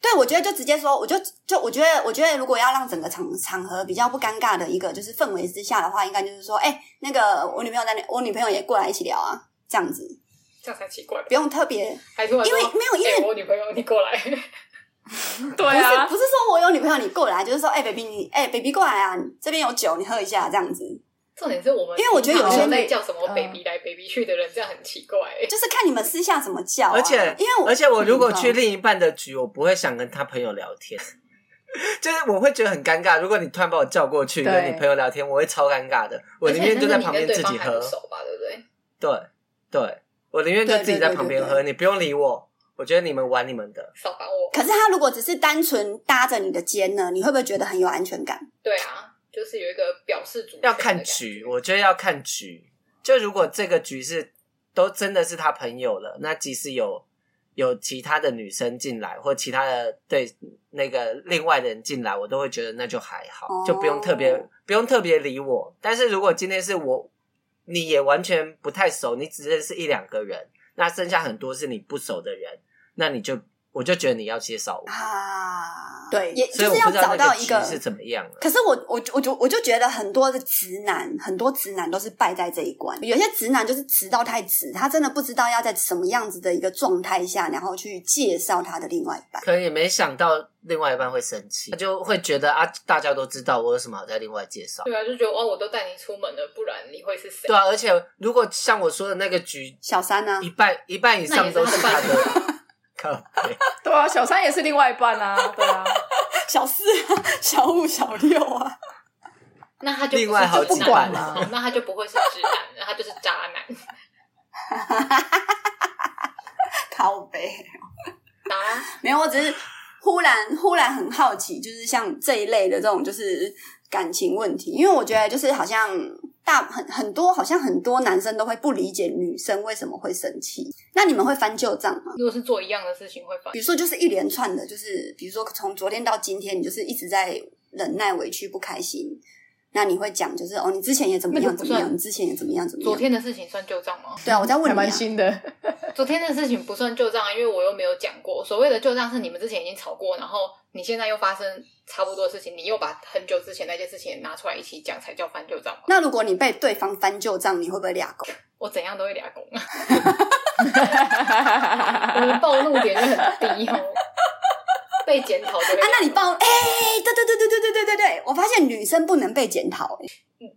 Speaker 2: 对我觉得就直接说，我就就我觉得，我觉得如果要让整个场场合比较不尴尬的一个就是氛围之下的话，应该就是说，哎、那个我女朋友在那，我女朋友也过来一起聊啊，这样子
Speaker 4: 这样才奇怪吧
Speaker 2: 不？用特别。
Speaker 4: 还突然
Speaker 2: 因
Speaker 4: 说
Speaker 2: 为没有因为
Speaker 4: 哎我女朋友，你过来。
Speaker 1: 对
Speaker 2: 不是
Speaker 1: 啊
Speaker 2: 不，是说我有女朋友你过来，就是说哎、baby 你哎、baby 过来啊，这边有酒你喝一下这样子，
Speaker 4: 重点是我们
Speaker 2: 因为我觉得有些
Speaker 4: 平常
Speaker 2: 女
Speaker 4: 在叫什么
Speaker 1: 嗯
Speaker 4: baby 来 baby 去的人，这样很奇怪、哎
Speaker 2: 就是看你们私下怎么叫啊、
Speaker 3: 而且
Speaker 2: 因 为我
Speaker 3: 而且我如果去
Speaker 2: 嗯
Speaker 3: 另一半的局，我不会想跟他朋友聊天， 就是我会觉得很尴尬。如果你突然把我叫过去
Speaker 1: 对
Speaker 3: 跟你朋友聊天，我会超尴尬的。我宁愿就在旁边自
Speaker 4: 而且
Speaker 3: 己
Speaker 4: 你跟对方还
Speaker 3: 喝
Speaker 4: 不，熟吧，对不 对？
Speaker 3: 对对，我宁愿就自己在旁边
Speaker 2: 对
Speaker 3: 喝，你不用理我。我觉得你们玩你们的，
Speaker 4: 少烦我。
Speaker 2: 可是他如果只是单纯搭着你的肩呢，你会不会觉得很有安全感？
Speaker 4: 对啊，就是有一个表示主权的
Speaker 3: 要看
Speaker 4: 感觉
Speaker 3: 局，我觉得要看局。就如果这个局是都真的是他朋友了，那即使有有其他的女生进来，或其他的对那个另外的人进来，我都会觉得那就还好，
Speaker 2: 哦
Speaker 3: 就不用特别不用特别理我。但是如果今天是我，你也完全不太熟，你只认识一两个人，那剩下很多是你不熟的人，那你就我就觉得你要介绍我，
Speaker 2: 啊，对，也
Speaker 3: 所
Speaker 2: 就
Speaker 3: 以我
Speaker 2: 是
Speaker 3: 不
Speaker 2: 要
Speaker 3: 知道
Speaker 2: 找
Speaker 3: 那
Speaker 2: 到
Speaker 3: 个
Speaker 2: 一
Speaker 3: 局
Speaker 2: 个。
Speaker 3: 是怎么样了。
Speaker 2: 可是我我我就我就觉得很多的直男，很多直男都是败在这一关。有些直男就是直到太直，他真的不知道要在什么样子的一个状态下，然后去介绍他的另外一半。
Speaker 3: 可能也没想到另外一半会生气，他就会觉得啊，大家都知道我有什么好再另外介绍。
Speaker 4: 对啊，就觉得哦，我都带你出门了，不然你会是谁？
Speaker 3: 对啊，而且如果像我说的那个局，
Speaker 2: 小三啊呢、
Speaker 3: 一半一半以上都是他
Speaker 4: 那也是
Speaker 3: 的，靠北
Speaker 1: 对啊，小三也是另外一半啊，对啊，
Speaker 2: 小四啊，小五、小六啊，
Speaker 4: 那他就
Speaker 3: 另外好
Speaker 4: 不
Speaker 3: 几
Speaker 4: 是直
Speaker 3: 段
Speaker 4: 男
Speaker 3: 啊
Speaker 4: 哦 那他就不会是直男，那他就是渣 男。
Speaker 2: 靠背。
Speaker 4: 啊，
Speaker 2: 没有，我只是忽然忽然很好奇，就是像这一类的这种就是感情问题，因为我觉得就是好像大很很多，好像很多男生都会不理解女生为什么会生气。那你们会翻旧账吗？
Speaker 4: 如果是做一样的事情会反
Speaker 2: 比，如说，就是一连串的，就是比如说从昨天到今天，你就是一直在忍耐、委屈、不开心，那你会讲就是哦，你之前也怎么
Speaker 4: 那
Speaker 2: 样
Speaker 4: 个不
Speaker 2: 怎么样，
Speaker 4: 算
Speaker 2: 你之前也怎么样怎么
Speaker 4: 昨
Speaker 2: 样。
Speaker 4: 天的事情算旧账吗？
Speaker 2: 对啊，我在问
Speaker 1: 还
Speaker 2: 你、
Speaker 1: 蛮
Speaker 2: 啊，
Speaker 1: 新 的。
Speaker 4: 昨天的事情不算旧账啊，因为我又没有讲过。所谓的旧账是你们之前已经吵过，然后你现在又发生差不多的事情，你又把很久之前那件事情拿出来一起讲，才叫翻旧 账嘛。
Speaker 2: 那如果你被对方翻旧账，你会不会俩狗？
Speaker 4: 我怎样都会俩拱，我的暴露点就很低哦。被检讨就会
Speaker 2: 啊，那你
Speaker 4: 俩拱
Speaker 2: 报哎、对对对对对对对对对，我发现女生不能被检讨、欸。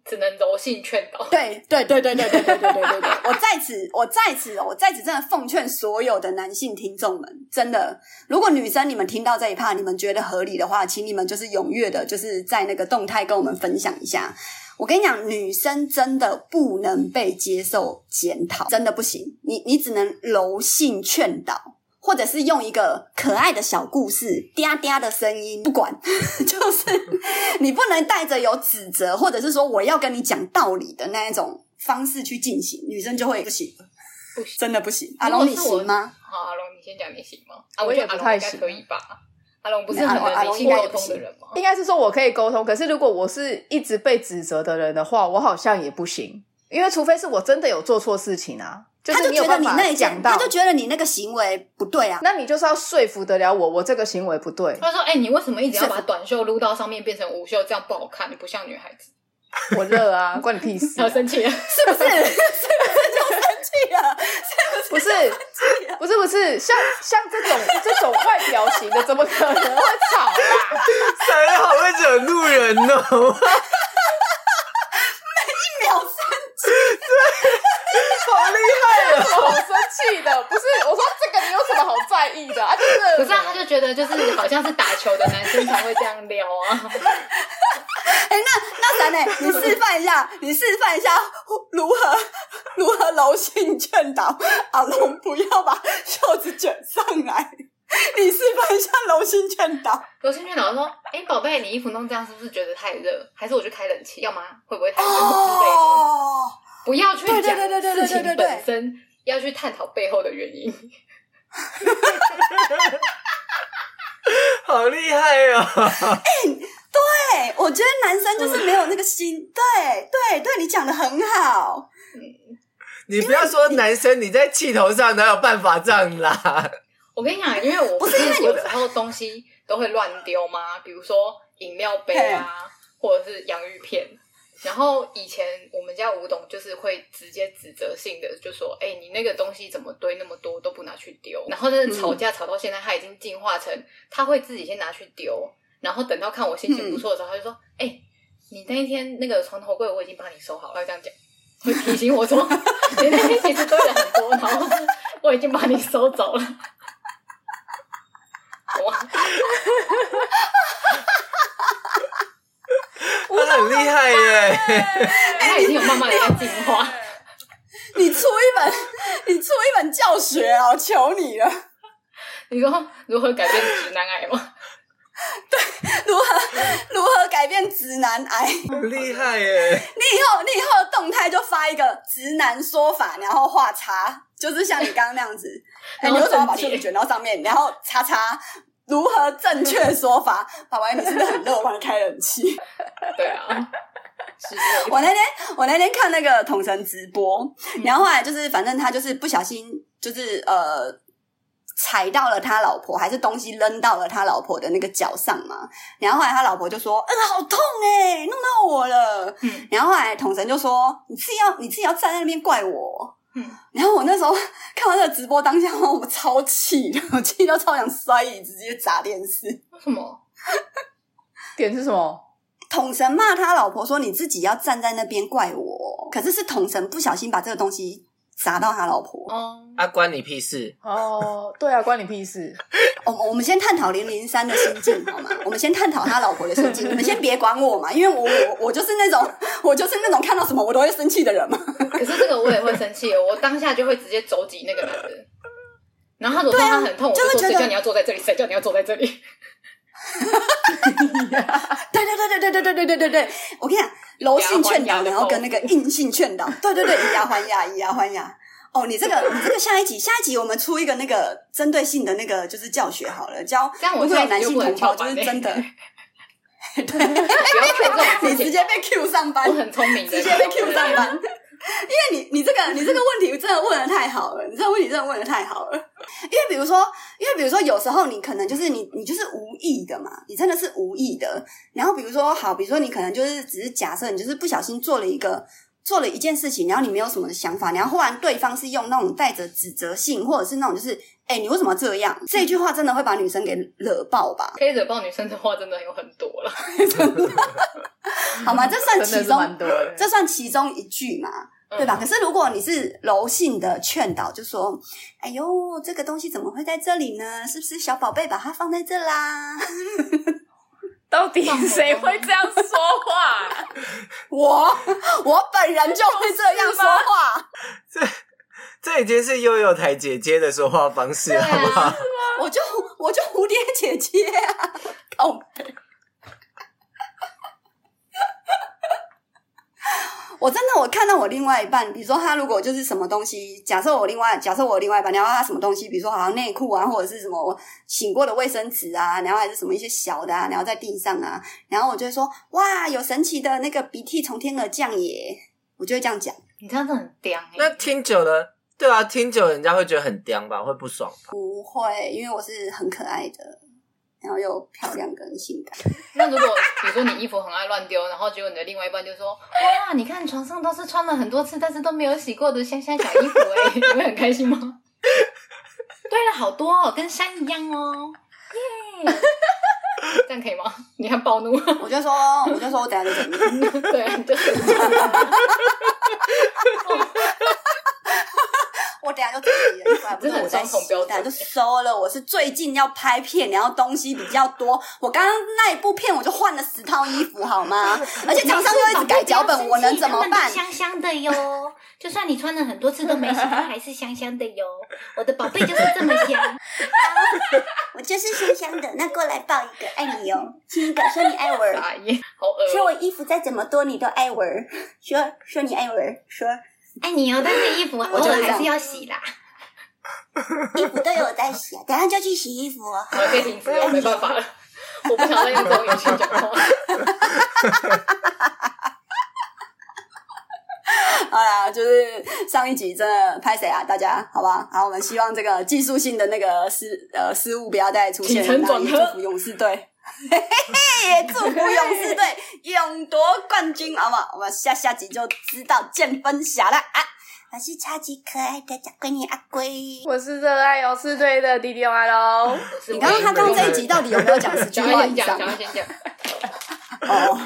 Speaker 4: 只能柔性劝导。
Speaker 2: 对对对对对对对对对对对，我在此我在此我在此真的奉劝所有的男性听众们，真的，如果女生你们听到这一趴，你们觉得合理的话，请你们就是踊跃的，就是在那个动态跟我们分享一下。我跟你讲，女生真的不能被接受检讨，真的不行。你你只能柔性劝导，或者是用一个可爱的小故事、嗲嗲的声音，不管， 就是你不能带着有指责，或者是说我要跟你讲道理的那一种方式去进行，女生就会不行，
Speaker 4: 不行
Speaker 2: 真的不行。阿
Speaker 4: 如果
Speaker 2: 龙，
Speaker 4: 是
Speaker 2: 你行吗？
Speaker 4: 好，阿龙，你先讲你行吗？啊，
Speaker 1: 我
Speaker 4: 觉
Speaker 1: 也
Speaker 4: 得阿
Speaker 1: 不
Speaker 4: 龙
Speaker 1: 太
Speaker 4: 应该
Speaker 1: 行
Speaker 4: 可以吧？阿龙不是
Speaker 2: 没有
Speaker 4: 很
Speaker 2: 阿龙阿
Speaker 4: 能理
Speaker 2: 龙
Speaker 4: 性
Speaker 2: 应该
Speaker 4: 沟
Speaker 2: 也不
Speaker 4: 通的
Speaker 2: 行
Speaker 4: 人吗？
Speaker 1: 应该是说我可以沟通，可是如果我是一直被指责的人的话，我好像也不行，因为除非是我真的有做错事情啊，就
Speaker 2: 他
Speaker 1: 是
Speaker 2: 就
Speaker 1: 有
Speaker 2: 觉得
Speaker 1: 办
Speaker 2: 你
Speaker 1: 法
Speaker 2: 那一
Speaker 1: 讲
Speaker 2: 件，
Speaker 1: 到
Speaker 2: 他，就觉得你那个行为不 对啊。
Speaker 1: 那你就是要说服得了我，我这个行为不对，
Speaker 4: 他说：“哎、你为什么一直要把短袖撸到上面变成无袖？这样不好看，你不像女孩子。
Speaker 1: 我热啊，关你屁”事、
Speaker 4: 他
Speaker 1: 啊，
Speaker 4: 生气了，
Speaker 2: 是不是？是不是就生气了？
Speaker 1: 不 是。不是不是，像像这种这种外表型的，怎么可能会吵啊啦？
Speaker 3: 傻人好会惹怒人哦，
Speaker 2: 一秒生
Speaker 3: 好
Speaker 4: 啊
Speaker 3: 厉害哦！
Speaker 1: 有什么好生气的？不是，我说这个你有什么好在意的啊？ 就是
Speaker 4: 不是啊？他就觉得就是好像是打球的男生才会这样撩 啊。
Speaker 2: 哎、那那咱 呢？你示范一下，你示范一下如何如何柔性劝导阿龙不要把袖子卷上来。 你示范一下柔性劝导，
Speaker 4: 柔性劝导说：“哎、宝贝，你衣服弄这样是不是觉得太热？还是我去开冷气？要吗？会不
Speaker 2: 哎
Speaker 4: 会太热之类的？
Speaker 2: 哦，
Speaker 4: 不要去
Speaker 2: 对
Speaker 4: 讲
Speaker 2: 对对对对对
Speaker 4: 事情
Speaker 2: 对对
Speaker 4: 本身，要去探讨背后的原因。
Speaker 3: 好厉害哦！
Speaker 2: 对，我觉得男生就是没有那个心，对对对，你讲的很好，
Speaker 3: 你不要说男生，你在气头上哪有办法这样啦？
Speaker 4: 我跟你讲，因为我
Speaker 2: 不
Speaker 4: 不
Speaker 2: 是
Speaker 4: 是
Speaker 2: 因为你
Speaker 4: 有时候东西都会乱丢吗？比如说饮料杯啊，或者是洋芋片。然后以前我们家吴董就是会直接指责性的就说：“哎、你那个东西怎么堆那么多都不拿去丢？”然后真的吵
Speaker 2: 嗯
Speaker 4: 架吵到现在，他已经进化成他会自己先拿去丢，然后等到看我心情不
Speaker 2: 嗯
Speaker 4: 错的时候，他就说：“哎、你那一天那个床头柜我已经帮你收好了。”他会这样讲，会提醒我说：“ 你那天其实堆了很多，然后是我已经把你收走了。”哇，
Speaker 3: 他很厉害耶！
Speaker 2: 哎
Speaker 4: 他已经有慢慢的在进化。
Speaker 2: 你出一本， 你出一本教学啊，我求你了。
Speaker 4: 你说如何改变直男癌吗？
Speaker 2: 如何如何改变直男癌？你以
Speaker 3: 很厉害耶！
Speaker 2: 后你以后的动态就发一个直男说法，然后画叉，就是像你刚刚那样子。哎、
Speaker 4: 然后
Speaker 2: 你为什么要把
Speaker 4: 正
Speaker 2: 袖
Speaker 4: 解
Speaker 2: 子卷到上面？然后叉叉。如何正确说法？ 宝宝，你是不是很热？我帮你开冷气。
Speaker 4: 对 啊，是的
Speaker 2: 我那天我那天看那个统神直播，
Speaker 4: 嗯
Speaker 2: 然后后来就是反正他就是不小心就是呃踩到了他老婆，还是东西扔到了他老婆的那个脚上嘛。然后后来他老婆就说：“嗯，好痛哎、弄到我了。”
Speaker 4: 嗯
Speaker 2: 然后后来统神就说：“你自己要你自己要站在那边怪我。”
Speaker 4: 嗯，
Speaker 2: 然后我那时候看完这个直播当下，我超气的，我气到超想摔椅子，直接砸电视。
Speaker 4: 为什么？
Speaker 1: 点是什么？
Speaker 2: 统神骂他老婆说：“你自己要站在那边怪我。”可是是统神不小心把这个东西砸到他老婆。
Speaker 4: 哦，
Speaker 3: 啊，关你屁事！
Speaker 1: 哦，对啊，关你屁事！
Speaker 2: 我们我们先探讨零零三的心境好吗？我们先探讨他老婆的心境，你们先别管我嘛，因为我我我就是那种我就是那种看到什么我都会生气的人嘛。
Speaker 4: 可是这个我也会生气，我当下就会直接肘击那个男人。然后他如果说他很痛，我
Speaker 2: 啊就会
Speaker 4: 说
Speaker 2: 觉得
Speaker 4: 谁叫你要坐在这里，谁叫你要坐在这里？
Speaker 2: 对对对对对对对对对对，我跟你讲，柔性劝导，然后跟那个硬性劝 导，对对对，以牙还牙，以牙还牙。哦，你这个你这个下一集下一集我们出一个那个针对性的那个就是教学好了，教
Speaker 4: 这样我
Speaker 2: 如果有
Speaker 4: 下
Speaker 2: 男
Speaker 4: 一集
Speaker 2: 性
Speaker 4: 就不能
Speaker 2: 同胞就
Speaker 4: 翘班
Speaker 2: 是
Speaker 4: 嘞
Speaker 2: 真的。
Speaker 4: 不要 Q 这种事情
Speaker 2: 你直接被 Q 上班
Speaker 4: 我，很聪明的，
Speaker 2: 直接被
Speaker 4: 你
Speaker 2: Q
Speaker 4: 知道
Speaker 2: 上
Speaker 4: 吗
Speaker 2: 班。因为你你这个你这个问题真的问的太好了，你这个问题真的问的太好了。因为比如说，因为比如说有时候你可能就是你你就是无意的嘛，你真的是无意的。然后比如说好，比如说你可能就是只是假设你就是不小心做了一个做了一件事情，然后你没有什么想法，然后忽然对方是用那种带着指责性，或者是那种就是哎、你为什么这样这一句话，真的会把女生给惹爆吧？
Speaker 4: 可以惹爆女生的话，真的有很多了。
Speaker 2: 好吗？这
Speaker 1: 真
Speaker 2: 算
Speaker 1: 的
Speaker 2: 其
Speaker 1: 是
Speaker 2: 中
Speaker 1: 蛮多的。
Speaker 2: 这算其中一句嘛，对吧？可是如果你是柔性的劝导，就说：“哎呦，这个东西怎么会在这里呢？是不是小宝贝把它放在这啦
Speaker 1: 到底谁会这样说话、？”
Speaker 2: 我我本人就会这样说话，
Speaker 3: 这已经是悠悠台姐姐的说话方式，
Speaker 4: 对啊
Speaker 3: 好不好？
Speaker 2: 我就我就蝴蝶姐姐啊，靠北我真的，我看到我另外一半，比如说他如果就是什么东西，假设我另外假设我另外一半，然后他什么东西，比如说好像内裤啊，或者是什么我醒过的卫生纸啊，然后还是什么一些小的啊，然后在地上啊，然后我就会说哇，有神奇的那个鼻涕从天而降耶，我就会这样讲，
Speaker 4: 你这样子很刁
Speaker 2: 哎
Speaker 4: 欸
Speaker 3: 那听久了，对啊，听久了人家会觉得很刁吧，会不爽吧？
Speaker 2: 不会，因为我是很可爱的，然后又漂亮跟性感。
Speaker 4: 那如果比如说你衣服很爱乱丢，然后结果你的另外一半就说：“哇，你看床上都是穿了很多次，但是都没有洗过的香香小衣服、哎， 你会很开心吗？”对了，好多哦，跟山一样哦，耶！ 这样可以吗？你看暴怒，
Speaker 2: 我就说，我就说我等下就整你。
Speaker 4: 对啊，对，
Speaker 2: 我等下就整理了，怪不
Speaker 4: 真
Speaker 2: 得
Speaker 4: 的很
Speaker 2: 我在
Speaker 4: 双重
Speaker 2: 洗
Speaker 4: 标准
Speaker 2: 等下就收了。我是最近要拍片，然后东西比较多。我刚刚那一部片我就换了十套衣服，好吗？ 而且厂商又一直改脚本，我能怎么办？
Speaker 5: 香香的哟，就算你穿了很多次都没洗，它还是香香的哟。我的宝贝就是这么香。
Speaker 2: 我就是香香的，那过来抱一个，爱你哦，亲一个，说你爱我儿，
Speaker 4: 傻眼，好
Speaker 2: 说
Speaker 4: 恶
Speaker 2: 我衣服再怎么多你都爱我儿，说说你爱我儿，说
Speaker 5: 爱你哟，但是衣服偶
Speaker 2: 我就是
Speaker 5: 尔
Speaker 2: 这样
Speaker 5: 还是要洗啦。
Speaker 2: 衣服都有在洗啊，等下就去洗衣服哦。
Speaker 4: 我可以停止了，没办法了，我不想再用这种语气讲话。
Speaker 2: 好啦，哎就是上一集真的拍谁啊？大家好吧？好，我们希望这个技术性的那个失呃失误不要再出现
Speaker 4: 起，承
Speaker 2: 然后也
Speaker 4: 转合
Speaker 2: 祝福勇士队， 嘿嘿，也祝福勇士队勇夺冠军，好不好？我们下下集就知道见分晓了啊！我是超级可爱的小闺女阿龟。
Speaker 1: 我是热爱勇士队的弟弟妈喽。
Speaker 4: 你
Speaker 2: 你刚刚他刚刚这一集到底有没有讲十句
Speaker 4: 讲
Speaker 2: 话
Speaker 4: 完
Speaker 2: 以
Speaker 4: 先
Speaker 2: 上
Speaker 4: 讲，？讲完先讲，
Speaker 2: 哦，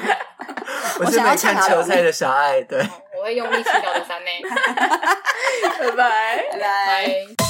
Speaker 3: 我是
Speaker 2: 想要
Speaker 3: 没看
Speaker 2: 抢
Speaker 3: 球
Speaker 2: 啊
Speaker 3: 赛的小爱，对。
Speaker 4: 我会用力气到的三呢。
Speaker 1: 拜拜。
Speaker 2: 拜拜。
Speaker 4: 拜。